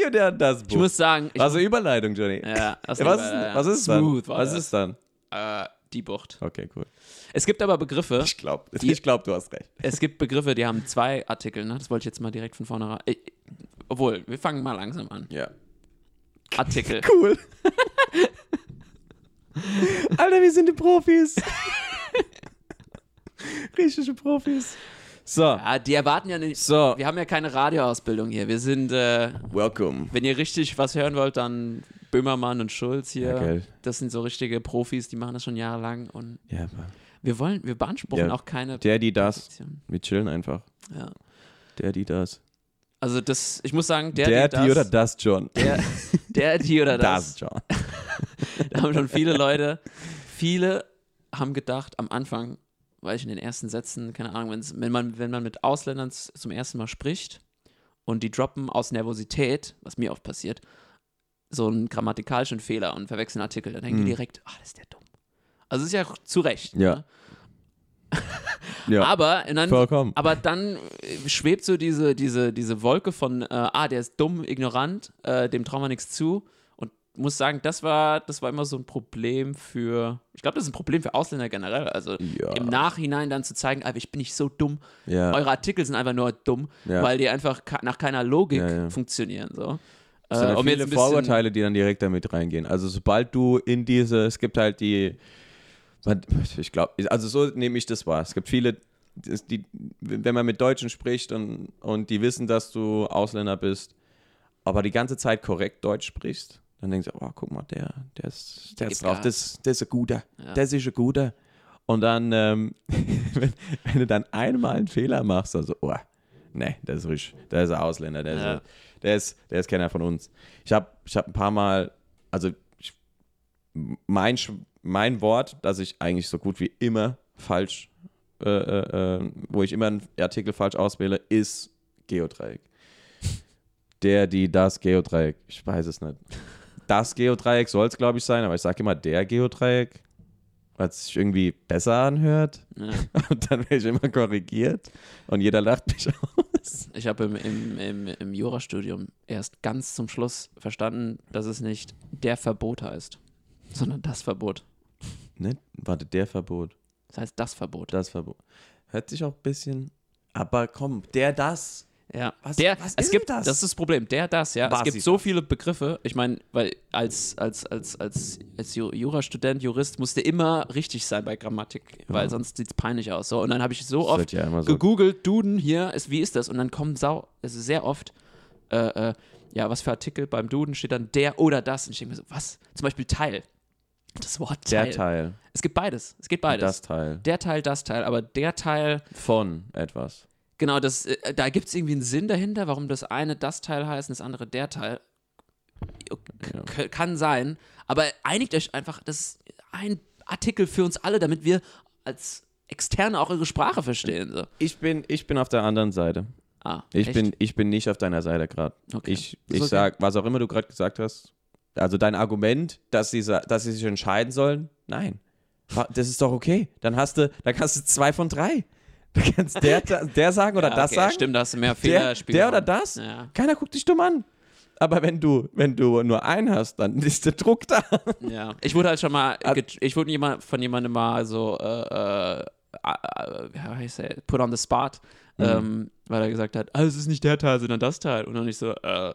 Speaker 2: die oder das Bucht?
Speaker 1: Ich muss sagen, ich,
Speaker 2: also Überleitung, Johnny.
Speaker 1: ja, das
Speaker 2: Ja, was, ist, was ist dann?
Speaker 1: Smooth war
Speaker 2: was
Speaker 1: das.
Speaker 2: ist dann?
Speaker 1: äh, die Bucht.
Speaker 2: Okay, cool.
Speaker 1: Es gibt aber Begriffe,
Speaker 2: Ich glaube,
Speaker 1: Die-
Speaker 2: ich glaube, du hast recht.
Speaker 1: es gibt Begriffe, die haben zwei Artikel, ne? Das wollte ich jetzt mal direkt von vornherein. Äh, obwohl, wir fangen mal langsam an.
Speaker 2: Ja.
Speaker 1: Artikel.
Speaker 2: Cool. Alter, wir sind die Profis. Griechische Profis. So,
Speaker 1: Ja, die erwarten ja nicht.
Speaker 2: so.
Speaker 1: Wir haben ja keine Radioausbildung hier. Wir sind, äh,
Speaker 2: Welcome.
Speaker 1: wenn ihr richtig was hören wollt, dann Böhmermann und Schulz hier.
Speaker 2: Ja, geil.
Speaker 1: das sind so richtige Profis, die machen das schon jahrelang und
Speaker 2: Ja, aber
Speaker 1: wir wollen, wir beanspruchen
Speaker 2: Ja.
Speaker 1: auch keine
Speaker 2: der, die, das.
Speaker 1: Position.
Speaker 2: Wir chillen einfach.
Speaker 1: Ja.
Speaker 2: Der, die, das.
Speaker 1: Also das, ich muss sagen, der,
Speaker 2: Der,
Speaker 1: die, das,
Speaker 2: die oder das, John.
Speaker 1: der, der, die oder das.
Speaker 2: Das, John.
Speaker 1: Da haben schon viele Leute, viele haben gedacht am Anfang, weil ich in den ersten Sätzen, keine Ahnung, wenn's, wenn man, wenn man mit Ausländern z- zum ersten Mal spricht und die droppen aus Nervosität, was mir oft passiert, so einen grammatikalischen Fehler und verwechseln Artikel, dann denken
Speaker 2: Mhm.
Speaker 1: die direkt, ah, das ist der dumm. Also ist ja zu Recht.
Speaker 2: Ja.
Speaker 1: Ne?
Speaker 2: Ja,
Speaker 1: Aber und dann
Speaker 2: vollkommen.
Speaker 1: Aber dann äh, schwebt so diese, diese, diese Wolke von, äh, ah, der ist dumm, ignorant, äh, dem trauen wir nichts zu. Und muss sagen, das war, das war immer so ein Problem für, ich glaube, das ist ein Problem für Ausländer generell. Also
Speaker 2: Ja.
Speaker 1: im Nachhinein dann zu zeigen, ah, ich bin nicht so dumm.
Speaker 2: Ja.
Speaker 1: Eure Artikel sind einfach nur dumm,
Speaker 2: Ja.
Speaker 1: weil die einfach ka- nach keiner Logik
Speaker 2: Ja, ja.
Speaker 1: funktionieren. So.
Speaker 2: Das sind
Speaker 1: Äh,
Speaker 2: ja
Speaker 1: um jetzt
Speaker 2: viele
Speaker 1: ein bisschen-
Speaker 2: Vorurteile, die dann direkt damit reingehen. Also sobald du in diese, es gibt halt die, ich glaube, also so nehme ich das wahr. Es gibt viele, das- die, wenn man mit Deutschen spricht und, und die wissen, dass du Ausländer bist, aber die ganze Zeit korrekt Deutsch sprichst, dann denken sie, oh, guck mal, der, der ist, der
Speaker 1: gibt
Speaker 2: ist drauf,
Speaker 1: Gas.
Speaker 2: das, das ist ein Guter,
Speaker 1: Ja.
Speaker 2: das ist ein Guter. Und dann, ähm, wenn, wenn du dann einmal einen Fehler machst, also, oh, nee, das ist richtig, der ist ein Ausländer, der,
Speaker 1: Ja.
Speaker 2: ist, der, ist, der ist keiner von uns. Ich habe ich hab ein paar Mal, also ich, mein, Sch- mein Wort, das ich eigentlich so gut wie immer falsch, äh, äh, äh, wo ich immer einen Artikel falsch auswähle, ist Geodreieck. Der, die, das Geodreieck. Ich weiß es nicht. Das Geodreieck soll es, glaube ich, sein, aber ich sage immer der Geodreieck, weil es sich irgendwie besser anhört.
Speaker 1: Ja.
Speaker 2: Und dann werde ich immer korrigiert und jeder lacht mich aus.
Speaker 1: Ich habe im, im, im, im Jurastudium erst ganz zum Schluss verstanden, dass es nicht der Verbot heißt, sondern das Verbot.
Speaker 2: Ne? Warte, der Verbot,
Speaker 1: Das heißt das Verbot.
Speaker 2: das Verbot. Hört sich auch ein bisschen. Aber komm, der, das.
Speaker 1: Ja.
Speaker 2: Was-
Speaker 1: der,
Speaker 2: was
Speaker 1: es
Speaker 2: ist
Speaker 1: gibt,
Speaker 2: das?
Speaker 1: das ist das Problem. Der, das, ja.
Speaker 2: Was
Speaker 1: es gibt
Speaker 2: ist
Speaker 1: so viele Begriffe. Ich meine, weil als, als, als, als, als Ju- Jurastudent, Jurist musste immer richtig sein bei Grammatik, weil sonst sieht es peinlich aus. So. Und dann habe ich so oft
Speaker 2: Sollte ja immer so.
Speaker 1: gegoogelt, Duden hier, ist, wie ist das? Und dann kommen sau, also sehr oft, äh, äh, ja, was für Artikel beim Duden steht dann der oder das. Und ich denke mir so, was? Zum Beispiel Teil. Das Wort Teil.
Speaker 2: Der Teil.
Speaker 1: Es gibt beides. Es geht
Speaker 2: und
Speaker 1: beides.
Speaker 2: Das Teil.
Speaker 1: Der Teil, das Teil. Aber der Teil,
Speaker 2: Von etwas.
Speaker 1: genau, das, äh, da gibt es irgendwie einen Sinn dahinter, warum das eine das Teil heißt und das andere der Teil.
Speaker 2: Ja.
Speaker 1: K kann sein. Aber einigt euch einfach, das ist ein Artikel für uns alle, damit wir als Externe auch ihre Sprache verstehen. So.
Speaker 2: Ich bin, ich bin auf der anderen Seite.
Speaker 1: Ah,
Speaker 2: Ich
Speaker 1: echt?
Speaker 2: bin, ich bin nicht auf deiner Seite gerade.
Speaker 1: Okay.
Speaker 2: Ich,
Speaker 1: Ist
Speaker 2: ich
Speaker 1: okay.
Speaker 2: sag, was auch immer du gerade gesagt hast, also dein Argument, dass sie, sa- dass sie sich entscheiden sollen, nein. Ha- Das ist doch okay. Dann hast du, dann kannst du zwei von drei. Du kannst der, der sagen oder
Speaker 1: Ja,
Speaker 2: das
Speaker 1: Ah, okay,
Speaker 2: sagen.
Speaker 1: Stimmt, da hast du mehr
Speaker 2: Der,
Speaker 1: Fehler.
Speaker 2: der oder das?
Speaker 1: Ja,
Speaker 2: Keiner guckt dich dumm an. Aber wenn du, wenn du nur einen hast, dann ist der Druck da.
Speaker 1: ja. Ich wurde halt schon mal, get- ich wurde jemand, von jemandem mal so, äh, äh, äh, wie heißt der? put on the spot, ähm, weil er gesagt hat, ah, es ist nicht der Teil, sondern das Teil. Und dann ich so, äh,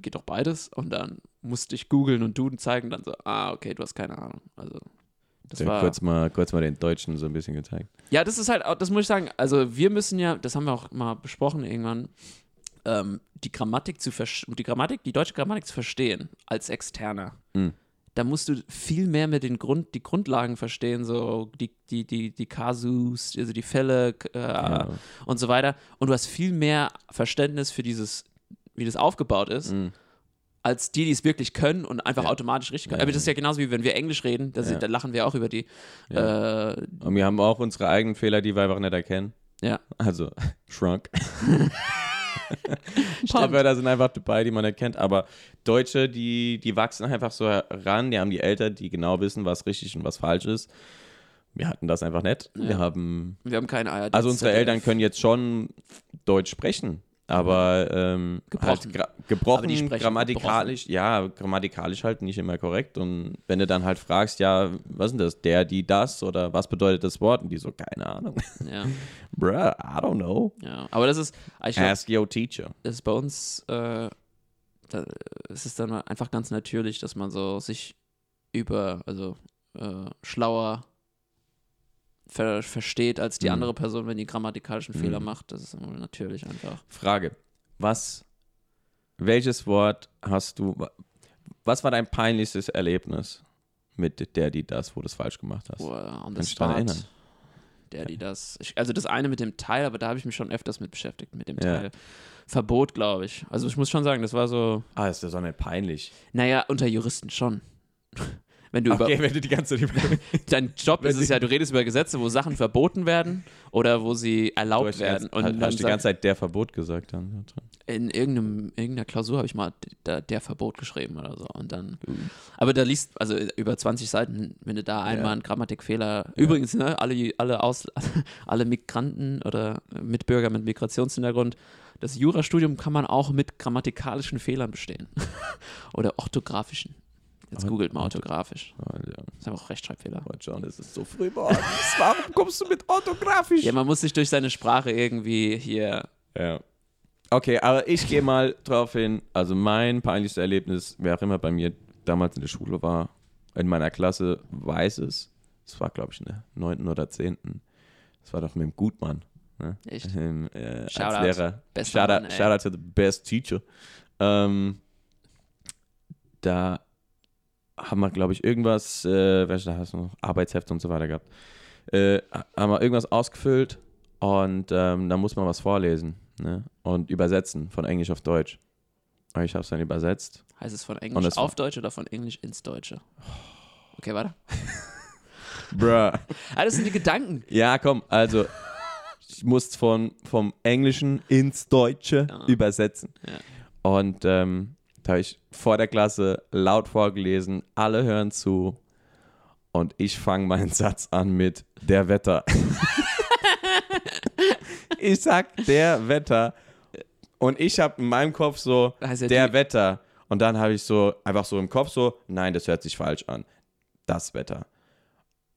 Speaker 1: geht doch beides. Und dann musste ich googeln und Duden zeigen, dann so, ah, okay, du hast keine Ahnung. Also, das war,
Speaker 2: mal, kurz mal den Deutschen so ein bisschen gezeigt.
Speaker 1: Ja, das ist halt, auch- das muss ich sagen, also wir müssen ja, das haben wir auch mal besprochen irgendwann, ähm, die Grammatik zu versch- die Grammatik, die deutsche Grammatik zu verstehen als Externer.
Speaker 2: Mhm.
Speaker 1: Da musst du viel mehr mit den Grund, die Grundlagen verstehen, so die, die, die, die Kasus, also die Fälle äh, und so weiter. Und du hast viel mehr Verständnis für dieses, wie das aufgebaut ist,
Speaker 2: Mhm.
Speaker 1: als die, die es wirklich können und einfach
Speaker 2: Ja.
Speaker 1: automatisch richtig können.
Speaker 2: Ja,
Speaker 1: Aber das ist ja genauso wie wenn wir Englisch reden, da, sind-
Speaker 2: Ja.
Speaker 1: da lachen wir auch über die. Äh,
Speaker 2: Und wir haben auch unsere eigenen Fehler, die wir einfach nicht erkennen.
Speaker 1: ja.
Speaker 2: Also, Shrunk. Stichwörter sind einfach dabei, die man erkennt. Aber Deutsche, die, die wachsen einfach so heran. Die haben die Eltern, die genau wissen, was richtig und was falsch ist. Wir hatten das einfach nicht. Wir haben.
Speaker 1: Wir haben keine Eier.
Speaker 2: Also, unsere Eltern können jetzt schon Deutsch sprechen. Aber ähm,
Speaker 1: Gebrochen.
Speaker 2: halt gra gebrochen,
Speaker 1: Aber die sprechen
Speaker 2: grammatikalisch, ja, grammatikalisch halt nicht immer korrekt. Und wenn du dann halt fragst, ja, was ist denn das, der, die, das oder was bedeutet das Wort? Und die so, keine Ahnung.
Speaker 1: Ja,
Speaker 2: Bruh, I don't know.
Speaker 1: ja. Aber das ist, ich glaub,
Speaker 2: Ask your teacher.
Speaker 1: das ist bei uns, äh, da, es ist dann einfach ganz natürlich, dass man so sich über, also äh, schlauer ver versteht als die
Speaker 2: Mhm.
Speaker 1: andere Person, wenn die grammatikalischen Fehler
Speaker 2: Mhm.
Speaker 1: macht. Das ist immer natürlich einfach.
Speaker 2: Frage. Was, welches Wort hast du, wa- was war dein peinlichstes Erlebnis mit der, die das, wo du es falsch gemacht hast?
Speaker 1: Boah, on the
Speaker 2: Kannst dich dran
Speaker 1: spot.
Speaker 2: erinnern.
Speaker 1: Der, die das. Ich, also das eine mit dem Teil, aber da habe ich mich schon öfters mit beschäftigt, mit dem
Speaker 2: Ja.
Speaker 1: Teil. Verbot, glaube ich. Also ich muss schon sagen, das war so,
Speaker 2: Ah, ist das doch nicht peinlich.
Speaker 1: naja, unter Juristen schon. Wenn du über
Speaker 2: Okay, wenn du die ganze Zeit über
Speaker 1: Dein Job
Speaker 2: Wenn
Speaker 1: ist es
Speaker 2: sie-
Speaker 1: ja, du redest über Gesetze, wo Sachen verboten werden oder wo sie
Speaker 2: Du
Speaker 1: erlaubt
Speaker 2: hast die ganze-
Speaker 1: werden. Und
Speaker 2: halt-
Speaker 1: dann
Speaker 2: hast die
Speaker 1: sagt-
Speaker 2: ganze Zeit der Verbot gesagt. Dann.
Speaker 1: in irgendeinem, irgendeiner Klausur habe ich mal d- da, der Verbot geschrieben oder so. Und dann,
Speaker 2: Mhm.
Speaker 1: aber da liest, also über 20 Seiten, wenn du da einmal einen Grammatikfehler. Übrigens, ne, alle, alle, Aus, alle Migranten oder Mitbürger mit Migrationshintergrund, das Jurastudium kann man auch mit grammatikalischen Fehlern bestehen. oder orthografischen. Jetzt
Speaker 2: Aber-
Speaker 1: googelt mal orthografisch.
Speaker 2: Oh, ja.
Speaker 1: Das ist einfach Rechtschreibfehler.
Speaker 2: oh, John, es ist so früh morgens. Warum kommst du mit orthografisch?
Speaker 1: Ja, man muss sich durch seine Sprache irgendwie hier.
Speaker 2: Ja. Okay, aber ich gehe mal drauf hin. Also mein peinlichstes Erlebnis, wer auch immer bei mir damals in der Schule war, in meiner Klasse, weiß es. Es war, glaube ich, in der 9. oder 10. Das war doch mit dem Gutmann. Ne?
Speaker 1: Echt?
Speaker 2: Ähm, äh, als
Speaker 1: Shoutout.
Speaker 2: Lehrer.
Speaker 1: Bester
Speaker 2: Shoutout,
Speaker 1: Mann, ey.
Speaker 2: Shoutout to the best teacher. Ähm, da haben wir, glaube ich, irgendwas, äh, welche da hast du noch? Arbeitshefte und so weiter gehabt. Äh, haben wir irgendwas ausgefüllt und ähm, dann muss man was vorlesen ne? und übersetzen von Englisch auf Deutsch. Und ich habe es dann übersetzt.
Speaker 1: Heißt es von
Speaker 2: Und
Speaker 1: Englisch
Speaker 2: das war-
Speaker 1: auf Deutsch oder von Englisch ins Deutsche? Okay, warte.
Speaker 2: Bruh.
Speaker 1: Ah, das sind die Gedanken.
Speaker 2: Ja, komm, also ich musste von, vom Englischen ins Deutsche
Speaker 1: Ja.
Speaker 2: übersetzen.
Speaker 1: Ja.
Speaker 2: Und ähm, da habe ich vor der Klasse laut vorgelesen, alle hören zu und ich fange meinen Satz an mit der Wetter. ich sag der Wetter und ich habe in meinem Kopf so
Speaker 1: Da heißt ja
Speaker 2: der
Speaker 1: die-
Speaker 2: Wetter und dann habe ich so einfach so im Kopf so, nein, das hört sich falsch an. Das Wetter.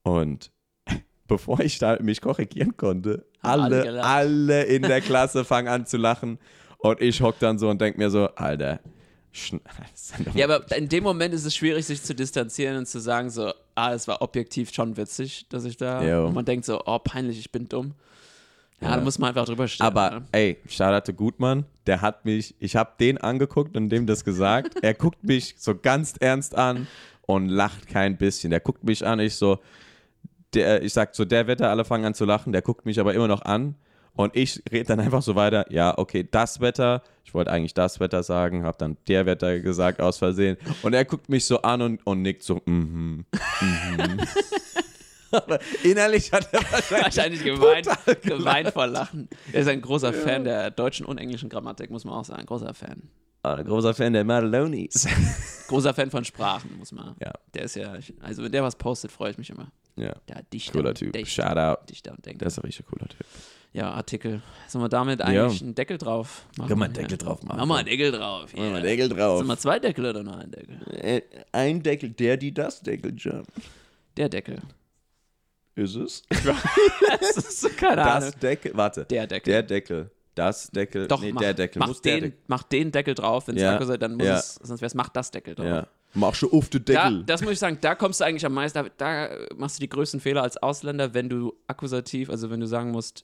Speaker 2: Und bevor ich da mich korrigieren konnte,
Speaker 1: Haben alle
Speaker 2: alle,
Speaker 1: gelacht.
Speaker 2: alle in der Klasse fangen an zu lachen. Und ich hock dann so und denk mir so, Alter, schn-
Speaker 1: Ja, aber in dem Moment ist es schwierig, sich zu distanzieren und zu sagen, so, ah, es war objektiv schon witzig, dass ich da.
Speaker 2: Jo.
Speaker 1: Und man denkt so, oh, peinlich, ich bin dumm. Ja,
Speaker 2: Ja.
Speaker 1: da muss man einfach drüber stehen.
Speaker 2: Aber
Speaker 1: ne?
Speaker 2: ey, Shoutout to Gutmann, der hat mich, ich habe den angeguckt und dem das gesagt. er guckt mich so ganz ernst an und lacht kein bisschen. Der guckt mich an, ich so, der, ich sag so, der Wetter, alle fangen an zu lachen, der guckt mich aber immer noch an und ich rede dann einfach so weiter, ja, okay, das Wetter, ich wollte eigentlich das Wetter sagen, habe dann der Wetter gesagt aus Versehen und er guckt mich so an und, und nickt so, mhm, mhm. Aber innerlich hat er wahrscheinlich
Speaker 1: Wahrscheinlich geweint, geweint vor Lachen. Er ist ein großer Fan der deutschen und englischen Grammatik, muss man auch sagen. Großer Fan.
Speaker 2: ein Ah, großer Fan der Madalonis.
Speaker 1: Großer Fan von Sprachen, muss man.
Speaker 2: Ja.
Speaker 1: Der ist ja, also wenn der was postet, freue ich mich immer.
Speaker 2: Ja,
Speaker 1: Ja, Dichter.
Speaker 2: cooler Typ.
Speaker 1: Dichter,
Speaker 2: Shout out.
Speaker 1: Dichter und
Speaker 2: Der
Speaker 1: Denker.
Speaker 2: ist ein richtig cooler Typ.
Speaker 1: Ja, Artikel. Sollen wir damit eigentlich einen Deckel drauf machen?
Speaker 2: Können wir einen Deckel drauf machen.
Speaker 1: Machen wir einen Deckel drauf. Yeah.
Speaker 2: Deckel
Speaker 1: Sind
Speaker 2: drauf. Äh,
Speaker 1: wir zwei Deckel oder nur ein Deckel?
Speaker 2: Ein Deckel, der, die, das Deckel, John.
Speaker 1: Der Deckel.
Speaker 2: Ist es?
Speaker 1: Das ist so, keine
Speaker 2: Das
Speaker 1: Ahnung.
Speaker 2: Deckel, warte.
Speaker 1: ne? Der Deckel.
Speaker 2: Der Deckel. Das Deckel.
Speaker 1: Doch,
Speaker 2: nee,
Speaker 1: mach,
Speaker 2: der Deckel.
Speaker 1: Mach,
Speaker 2: Muss
Speaker 1: den,
Speaker 2: der Deckel.
Speaker 1: mach den Deckel drauf, wenn es
Speaker 2: Ja.
Speaker 1: Taco sei, dann muss
Speaker 2: Ja.
Speaker 1: es, sonst wär's, mach das Deckel drauf.
Speaker 2: Ja. Mach schon auf den
Speaker 1: Da,
Speaker 2: Deckel.
Speaker 1: das muss ich sagen, da kommst du eigentlich am meisten, da, da machst du die größten Fehler als Ausländer, wenn du Akkusativ, also wenn du sagen musst,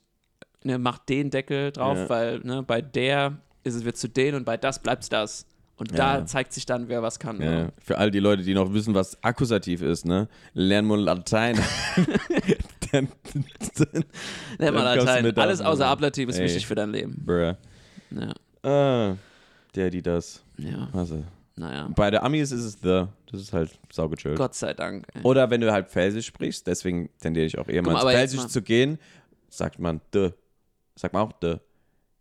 Speaker 1: ne, mach den Deckel drauf,
Speaker 2: Ja.
Speaker 1: weil ne, bei der ist es wird zu den und bei das bleibt's das. Und da
Speaker 2: Ja.
Speaker 1: zeigt sich dann, wer was kann. ne?
Speaker 2: ja. Für all die Leute, die noch wissen, was Akkusativ ist, ne? Lernen wir Latein. Dann- dann-
Speaker 1: Nenn mal
Speaker 2: Dann kommst du
Speaker 1: Latein. halt
Speaker 2: mit
Speaker 1: Alles
Speaker 2: Daten,
Speaker 1: außer
Speaker 2: Mann.
Speaker 1: Ablativ ist
Speaker 2: Ey.
Speaker 1: wichtig für dein Leben.
Speaker 2: Bruh.
Speaker 1: Ja,
Speaker 2: Ah, der, die, das.
Speaker 1: ja.
Speaker 2: Also.
Speaker 1: naja.
Speaker 2: Bei der Amis ist es the. Das ist halt saugechillt.
Speaker 1: Gott sei Dank. ey.
Speaker 2: Oder wenn du halt Felsisch sprichst, deswegen tendiere ich auch eher mal
Speaker 1: mal,
Speaker 2: ins
Speaker 1: aber jetzt
Speaker 2: Felsisch
Speaker 1: mal-
Speaker 2: zu gehen, sagt man de. Sagt man auch de.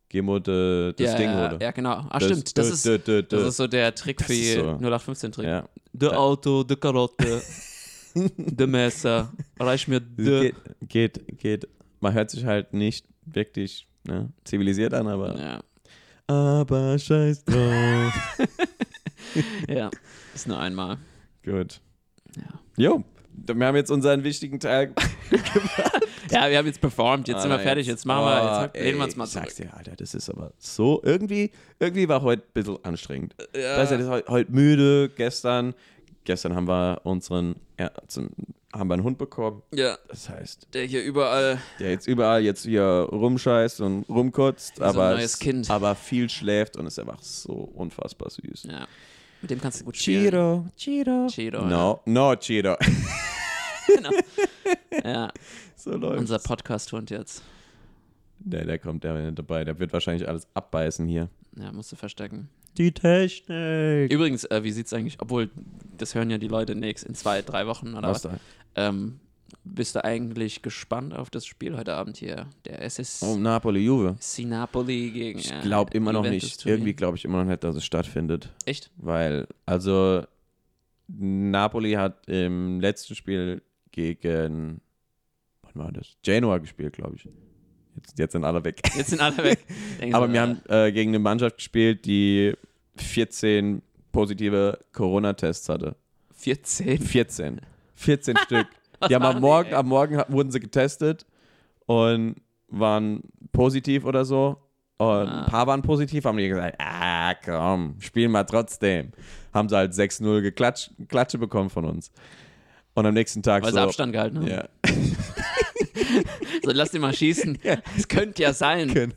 Speaker 2: Geh mal de, das
Speaker 1: ja,
Speaker 2: Ding
Speaker 1: ja,
Speaker 2: holen.
Speaker 1: ja, genau. Ah,
Speaker 2: Das-
Speaker 1: stimmt. Das
Speaker 2: de,
Speaker 1: ist,
Speaker 2: de, de, de.
Speaker 1: das ist so der Trick
Speaker 2: Das
Speaker 1: für
Speaker 2: ist so.
Speaker 1: 0815-Trick.
Speaker 2: ja.
Speaker 1: De
Speaker 2: Ja.
Speaker 1: Auto, de Karotte, de Messer, reich mir de.
Speaker 2: Geht, geht, geht. Man hört sich halt nicht wirklich ne, zivilisiert an, aber.
Speaker 1: Ja,
Speaker 2: Aber scheiß drauf.
Speaker 1: ja. Ist nur einmal.
Speaker 2: Gut.
Speaker 1: Ja.
Speaker 2: Jo, wir haben jetzt unseren wichtigen Teil.
Speaker 1: Ja, wir haben jetzt performt, jetzt sind wir
Speaker 2: Alter,
Speaker 1: fertig, jetzt machen wir, jetzt
Speaker 2: oh,
Speaker 1: lehnen wir uns
Speaker 2: Ah, ey,
Speaker 1: mal
Speaker 2: Ich
Speaker 1: zurück.
Speaker 2: sag's dir, Alter, das ist aber so. Irgendwie, irgendwie war heute ein bisschen anstrengend.
Speaker 1: Äh,
Speaker 2: Weißt du, das ist heute, heute müde, gestern. Gestern haben wir unseren, ja, zum, haben wir einen Hund bekommen.
Speaker 1: Ja,
Speaker 2: Das heißt,
Speaker 1: der hier überall.
Speaker 2: der jetzt überall jetzt hier rumscheißt und rumkotzt,
Speaker 1: ein
Speaker 2: aber,
Speaker 1: neues
Speaker 2: es-
Speaker 1: Kind.
Speaker 2: aber viel schläft und ist einfach so unfassbar süß.
Speaker 1: Ja. Mit dem kannst du gut spielen.
Speaker 2: Chiro, Chiro.
Speaker 1: Chiro,
Speaker 2: No, no, Chiro.
Speaker 1: Ja,
Speaker 2: so läuft's.
Speaker 1: unser Podcast-Hund jetzt.
Speaker 2: Nee, der kommt der nicht dabei. Der wird wahrscheinlich alles abbeißen hier.
Speaker 1: Ja, musst du verstecken.
Speaker 2: Die Technik.
Speaker 1: Übrigens, äh, wie sieht's eigentlich, obwohl, das hören ja die Leute nächst in zwei, drei Wochen oder
Speaker 2: Was
Speaker 1: was.
Speaker 2: da?
Speaker 1: Ähm, bist du eigentlich gespannt auf das Spiel heute Abend hier? Der SS
Speaker 2: Oh, Napoli, Juve.
Speaker 1: Sinapoli gegen.
Speaker 2: Ich
Speaker 1: äh,
Speaker 2: glaube immer noch
Speaker 1: Juventus
Speaker 2: nicht.
Speaker 1: Turin.
Speaker 2: Irgendwie glaube ich immer noch nicht, dass es stattfindet.
Speaker 1: Echt?
Speaker 2: Weil, also, Napoli hat im letzten Spiel gegen, wann war das? Genua gespielt, glaube ich. Jetzt, jetzt sind alle weg.
Speaker 1: Jetzt sind alle weg. Denken
Speaker 2: Aber
Speaker 1: sie,
Speaker 2: wir
Speaker 1: äh,
Speaker 2: haben äh, gegen eine Mannschaft gespielt, die 14 positive Corona-Tests hatte.
Speaker 1: 14.
Speaker 2: 14. 14 Stück. Die haben
Speaker 1: machen
Speaker 2: am
Speaker 1: die,
Speaker 2: Morgen,
Speaker 1: ey?
Speaker 2: am Morgen ha- wurden sie getestet und waren positiv oder so. Und
Speaker 1: Ah.
Speaker 2: ein paar waren positiv, haben die gesagt, ah komm, spielen wir trotzdem. Haben sie halt 6-0 geklatscht, Klatsche bekommen von uns. Und am nächsten Tag
Speaker 1: Weil
Speaker 2: so.
Speaker 1: sie Abstand gehalten haben.
Speaker 2: Ja,
Speaker 1: So, Also lass den mal schießen. Es könnte ja sein.
Speaker 2: genau.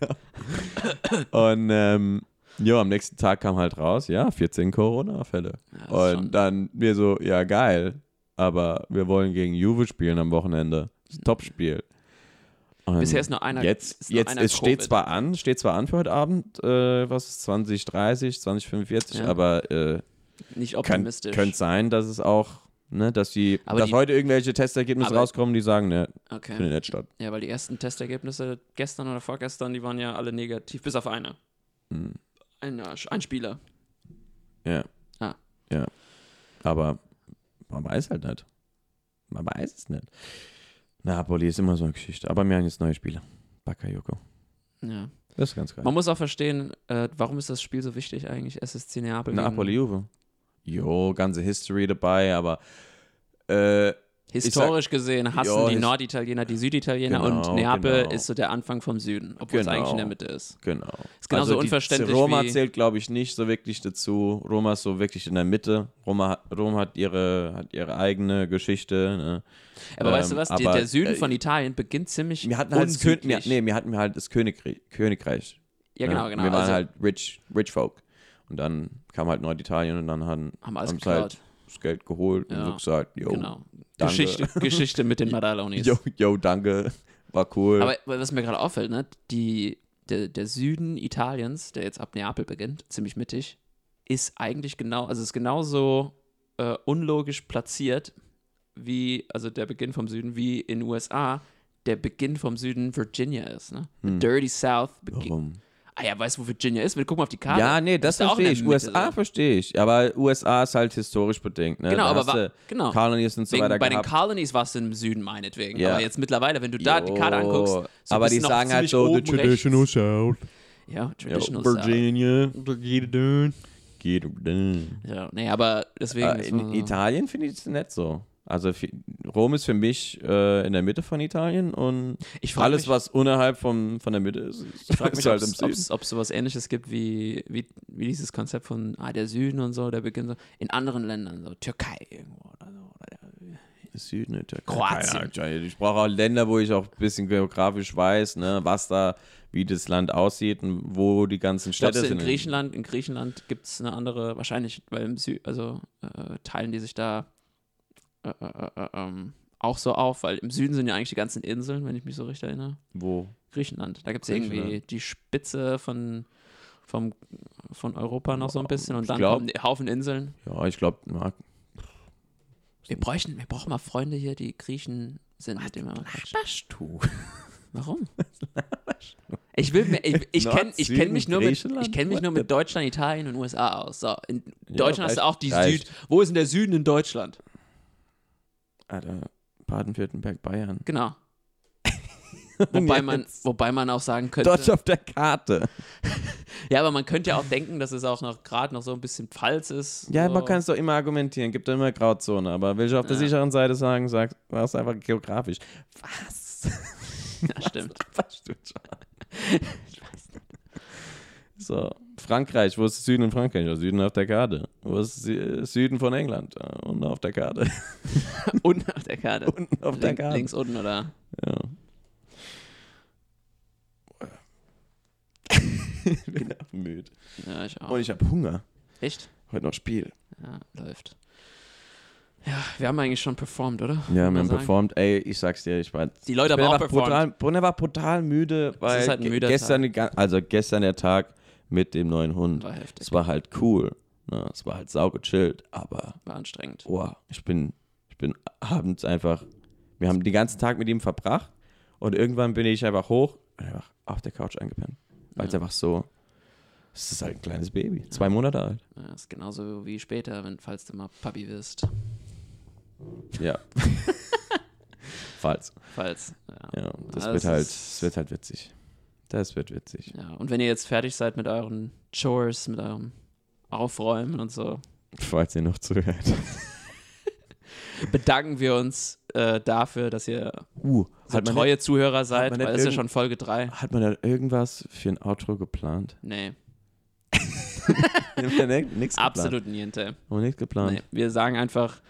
Speaker 2: und ähm, jo, am nächsten Tag kam halt raus, ja, 14 Corona-Fälle.
Speaker 1: Ja, das ist
Speaker 2: Und
Speaker 1: schon-
Speaker 2: dann wir so, ja geil, aber wir wollen gegen Juve spielen am Wochenende. Das ist ein Topspiel. Und
Speaker 1: Mhm. Bisher ist nur einer-
Speaker 2: Jetzt,
Speaker 1: ist nur
Speaker 2: jetzt
Speaker 1: einer
Speaker 2: es steht
Speaker 1: Covid.
Speaker 2: zwar an, steht zwar an für heute Abend, äh, was ist 2030, 2045,
Speaker 1: Ja.
Speaker 2: aber äh,
Speaker 1: Nicht
Speaker 2: kann,
Speaker 1: optimistisch.
Speaker 2: könnte sein, dass es auch, ne, dass die,
Speaker 1: Aber
Speaker 2: dass
Speaker 1: die-
Speaker 2: heute irgendwelche Testergebnisse
Speaker 1: aber-
Speaker 2: rauskommen, die sagen, ne,
Speaker 1: okay.
Speaker 2: findet nicht statt.
Speaker 1: Ja, weil die ersten Testergebnisse gestern oder vorgestern, die waren ja alle negativ, bis auf eine.
Speaker 2: Hm,
Speaker 1: Ein, äh, ein Spieler.
Speaker 2: Ja.
Speaker 1: Ah.
Speaker 2: Ja. Aber man weiß halt nicht. Man weiß es nicht. Napoli ist immer so eine Geschichte. Aber wir haben jetzt neue Spieler. Bakayoko.
Speaker 1: Ja.
Speaker 2: Das ist ganz geil.
Speaker 1: Man muss auch verstehen, äh, warum ist das Spiel so wichtig eigentlich? SSC Neapel. gegen
Speaker 2: Napoli Juve. Jo, ganze History dabei, aber äh,
Speaker 1: Historisch gesehen hassen
Speaker 2: Ja,
Speaker 1: die
Speaker 2: his-
Speaker 1: Norditaliener die Süditaliener
Speaker 2: Genau,
Speaker 1: und Neapel
Speaker 2: genau.
Speaker 1: ist so der Anfang vom Süden, obwohl es
Speaker 2: Genau.
Speaker 1: eigentlich in der Mitte ist.
Speaker 2: genau.
Speaker 1: Ist genauso unverständlich
Speaker 2: die, Roma
Speaker 1: wie-
Speaker 2: zählt, glaube ich, nicht so wirklich dazu. Roma ist so wirklich in der Mitte. Roma, hat- Rom hat ihre, hat ihre eigene Geschichte. Ne?
Speaker 1: Aber weißt du
Speaker 2: Ähm,
Speaker 1: was? Die,
Speaker 2: aber,
Speaker 1: der Süden
Speaker 2: äh,
Speaker 1: von Italien beginnt ziemlich.
Speaker 2: Wir hatten halt das, Kön wir,
Speaker 1: unsüdlich.
Speaker 2: nee, wir hatten halt das Königreich. Königreich
Speaker 1: ja,
Speaker 2: ne?
Speaker 1: genau, genau.
Speaker 2: Wir waren
Speaker 1: also,
Speaker 2: halt rich, rich Folk. Und dann kam halt Norditalien und dann haben
Speaker 1: haben alles
Speaker 2: haben's
Speaker 1: geklaut.
Speaker 2: halt das Geld geholt und
Speaker 1: Ja,
Speaker 2: so gesagt, yo,
Speaker 1: genau.
Speaker 2: danke.
Speaker 1: Geschichte, Geschichte mit den Madalonis.
Speaker 2: yo, yo, danke, war cool.
Speaker 1: Aber was mir gerade auffällt, ne, die, der, der Süden Italiens, der jetzt ab Neapel beginnt, ziemlich mittig, ist eigentlich genau, also ist genauso äh, unlogisch platziert wie, also der Beginn vom Süden, wie in USA der Beginn vom Süden Virginia ist, ne? The
Speaker 2: Hm.
Speaker 1: Dirty South. begin-
Speaker 2: Warum?
Speaker 1: Ah ja, weißt du, wo Virginia ist? Wir gucken auf die Karte.
Speaker 2: Ja, nee, das
Speaker 1: Ist ja auch in
Speaker 2: verstehe
Speaker 1: der
Speaker 2: ich.
Speaker 1: Mitte,
Speaker 2: USA
Speaker 1: so.
Speaker 2: verstehe ich. Aber USA ist halt historisch bedingt. Ne?
Speaker 1: Genau,
Speaker 2: Da
Speaker 1: aber
Speaker 2: hast
Speaker 1: wa-
Speaker 2: du
Speaker 1: genau.
Speaker 2: Colonies und so
Speaker 1: Wegen,
Speaker 2: weiter
Speaker 1: bei den
Speaker 2: gehabt.
Speaker 1: Colonies warst du im Süden meinetwegen.
Speaker 2: Ja.
Speaker 1: Aber jetzt mittlerweile, wenn du da die Karte
Speaker 2: Jo,
Speaker 1: anguckst, so
Speaker 2: aber
Speaker 1: bist
Speaker 2: die
Speaker 1: du noch
Speaker 2: sagen halt
Speaker 1: ziemlich
Speaker 2: so, the
Speaker 1: oben
Speaker 2: traditional
Speaker 1: rechts.
Speaker 2: south.
Speaker 1: Ja,
Speaker 2: Ja,
Speaker 1: traditional South.
Speaker 2: Virginia. Virginia. Geht um den.
Speaker 1: Ja, nee, aber deswegen.
Speaker 2: Äh,
Speaker 1: das
Speaker 2: in
Speaker 1: war so-
Speaker 2: Italien finde ich es nicht so. Also fi- Rom ist für mich äh, in der Mitte von Italien und
Speaker 1: ich frage
Speaker 2: alles,
Speaker 1: mich,
Speaker 2: was unterhalb von, von der Mitte ist, ist,
Speaker 1: ich frag mich
Speaker 2: ist halt im Süden.
Speaker 1: ob es sowas ähnliches gibt wie, wie, wie dieses Konzept von ah, der Süden und so, der Beginn so. In anderen Ländern, so Türkei irgendwo oder so. Oder
Speaker 2: Süden, der Türkei.
Speaker 1: Kroatien.
Speaker 2: Keine Ahnung, Ich brauche auch Länder, wo ich auch ein bisschen geografisch weiß, ne, was da, wie das Land aussieht und wo die ganzen Städte
Speaker 1: Glaubst du, in
Speaker 2: sind.
Speaker 1: Griechenland, in Griechenland gibt es eine andere, wahrscheinlich, weil im Süden, also äh, teilen die sich da äh, äh, äh, ähm, auch so auf, weil im Süden sind ja eigentlich die ganzen Inseln, wenn ich mich so richtig erinnere.
Speaker 2: Wo?
Speaker 1: Griechenland. Da gibt es irgendwie
Speaker 2: Griechenland.
Speaker 1: die Spitze von, vom, von Europa noch so ein bisschen und
Speaker 2: Ich
Speaker 1: dann
Speaker 2: glaub-
Speaker 1: kommen die Haufen Inseln.
Speaker 2: Ja, ich glaube,
Speaker 1: Wir bräuchten, wir brauchen mal Freunde hier, die Griechen sind. Mit denen wir mal quatschen.
Speaker 2: du.
Speaker 1: Warum? Ich will, mir- ich, ich
Speaker 2: Nord,
Speaker 1: kenne, ich kenne mich
Speaker 2: Süden,
Speaker 1: nur mit,
Speaker 2: Griechenland?
Speaker 1: ich kenne mich
Speaker 2: What
Speaker 1: nur
Speaker 2: the-
Speaker 1: mit Deutschland, Italien und USA aus. So, in Deutschland hast
Speaker 2: reicht-
Speaker 1: du auch die
Speaker 2: reicht.
Speaker 1: Süd. Wo ist denn der Süden in Deutschland?
Speaker 2: Alter, Ah, Baden-Württemberg, Bayern.
Speaker 1: Genau.
Speaker 2: Und
Speaker 1: Wobei
Speaker 2: jetzt
Speaker 1: man, wobei man auch sagen könnte.
Speaker 2: Dort auf der Karte.
Speaker 1: Ja, aber man könnte ja auch denken, dass es auch noch gerade noch so ein bisschen Pfalz ist.
Speaker 2: Ja,
Speaker 1: so.
Speaker 2: man kann es doch immer argumentieren, gibt immer Grauzone, aber will ich auf der
Speaker 1: Oh. Ja.
Speaker 2: sicheren Seite sagen, sagst du einfach geografisch.
Speaker 1: Ja, stimmt.
Speaker 2: Was stimmt schon? So, Frankreich, wo ist Süden in Frankreich? Ja, Süden auf der Karte. Wo ist Sü- Süden von England? Ja, Unten auf der Karte.
Speaker 1: Unten auf der Karte.
Speaker 2: Unten auf der
Speaker 1: Link-
Speaker 2: Karte.
Speaker 1: Links unten oder?
Speaker 2: Ja. ich
Speaker 1: genau.
Speaker 2: bin auch müde.
Speaker 1: Ja, ich auch.
Speaker 2: Und Oh, ich habe Hunger.
Speaker 1: Echt?
Speaker 2: Heute noch Spiel.
Speaker 1: Ja, läuft. Ja, wir haben eigentlich schon performt, oder?
Speaker 2: Ja,
Speaker 1: Kann
Speaker 2: wir
Speaker 1: man
Speaker 2: haben
Speaker 1: sagen.
Speaker 2: performt. Ey, ich sag's dir, ich war
Speaker 1: Die Leute
Speaker 2: Ich bin
Speaker 1: haben auch
Speaker 2: einfach
Speaker 1: performt.
Speaker 2: brutal, Brunner war brutal müde, weil
Speaker 1: ist halt ein
Speaker 2: ge-
Speaker 1: müder
Speaker 2: gestern, die gan- also gestern der Tag mit dem neuen Hund.
Speaker 1: War heftig,
Speaker 2: Es war halt cool. Ne? Es war halt saugechillt, aber
Speaker 1: war anstrengend.
Speaker 2: boah, ich bin, ich bin abends einfach. Wir haben den ganzen Tag mit ihm verbracht und irgendwann bin ich einfach hoch und einfach auf der Couch eingepennt. Weil es einfach so. Es ist halt ein kleines Baby, zwei Monate alt.
Speaker 1: Ja, ist genauso wie später, wenn, falls du mal Papi wirst.
Speaker 2: Ja. Falls.
Speaker 1: Falls. Ja.
Speaker 2: Ja, das
Speaker 1: Ah,
Speaker 2: wird
Speaker 1: das
Speaker 2: halt,
Speaker 1: ist-
Speaker 2: das wird halt witzig. Das wird witzig.
Speaker 1: ja. Und wenn ihr jetzt fertig seid mit euren Chores, mit eurem Aufräumen und so,
Speaker 2: Falls ihr noch zuhört.
Speaker 1: bedanken wir uns äh, dafür, dass ihr
Speaker 2: Uh,
Speaker 1: so
Speaker 2: hat, man
Speaker 1: treue Zuhörer seid,
Speaker 2: man
Speaker 1: weil
Speaker 2: nicht
Speaker 1: das ist ja
Speaker 2: irgend-
Speaker 1: schon Folge 3.
Speaker 2: da, hat man da irgendwas für ein Outro geplant? ne,
Speaker 1: Nee,
Speaker 2: Nichts
Speaker 1: absolut niente.
Speaker 2: Geplant. Nichts geplant.
Speaker 1: Nee, wir sagen einfach,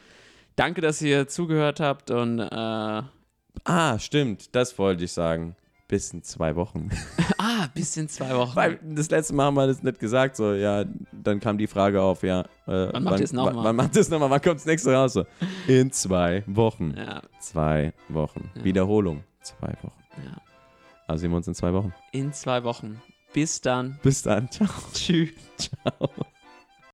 Speaker 1: danke, dass ihr zugehört habt und äh, ah,
Speaker 2: Ah, stimmt. Das wollte ich sagen. Bis in zwei Wochen.
Speaker 1: bis in zwei Wochen.
Speaker 2: Weil das letzte Mal haben wir das nicht gesagt. So, ja, dann kam die Frage auf, ja. Äh, wann
Speaker 1: macht ihr es noch
Speaker 2: wa-
Speaker 1: mal?
Speaker 2: Wann macht ihr es nochmal? Wann kommt das nächste raus? So, in zwei Wochen.
Speaker 1: ja,
Speaker 2: Zwei Wochen.
Speaker 1: Ja.
Speaker 2: Wiederholung. Zwei Wochen.
Speaker 1: ja.
Speaker 2: Also sehen wir uns in zwei Wochen.
Speaker 1: In zwei Wochen. Bis dann.
Speaker 2: Bis dann. Ciao.
Speaker 1: Tschüss.
Speaker 2: Ciao.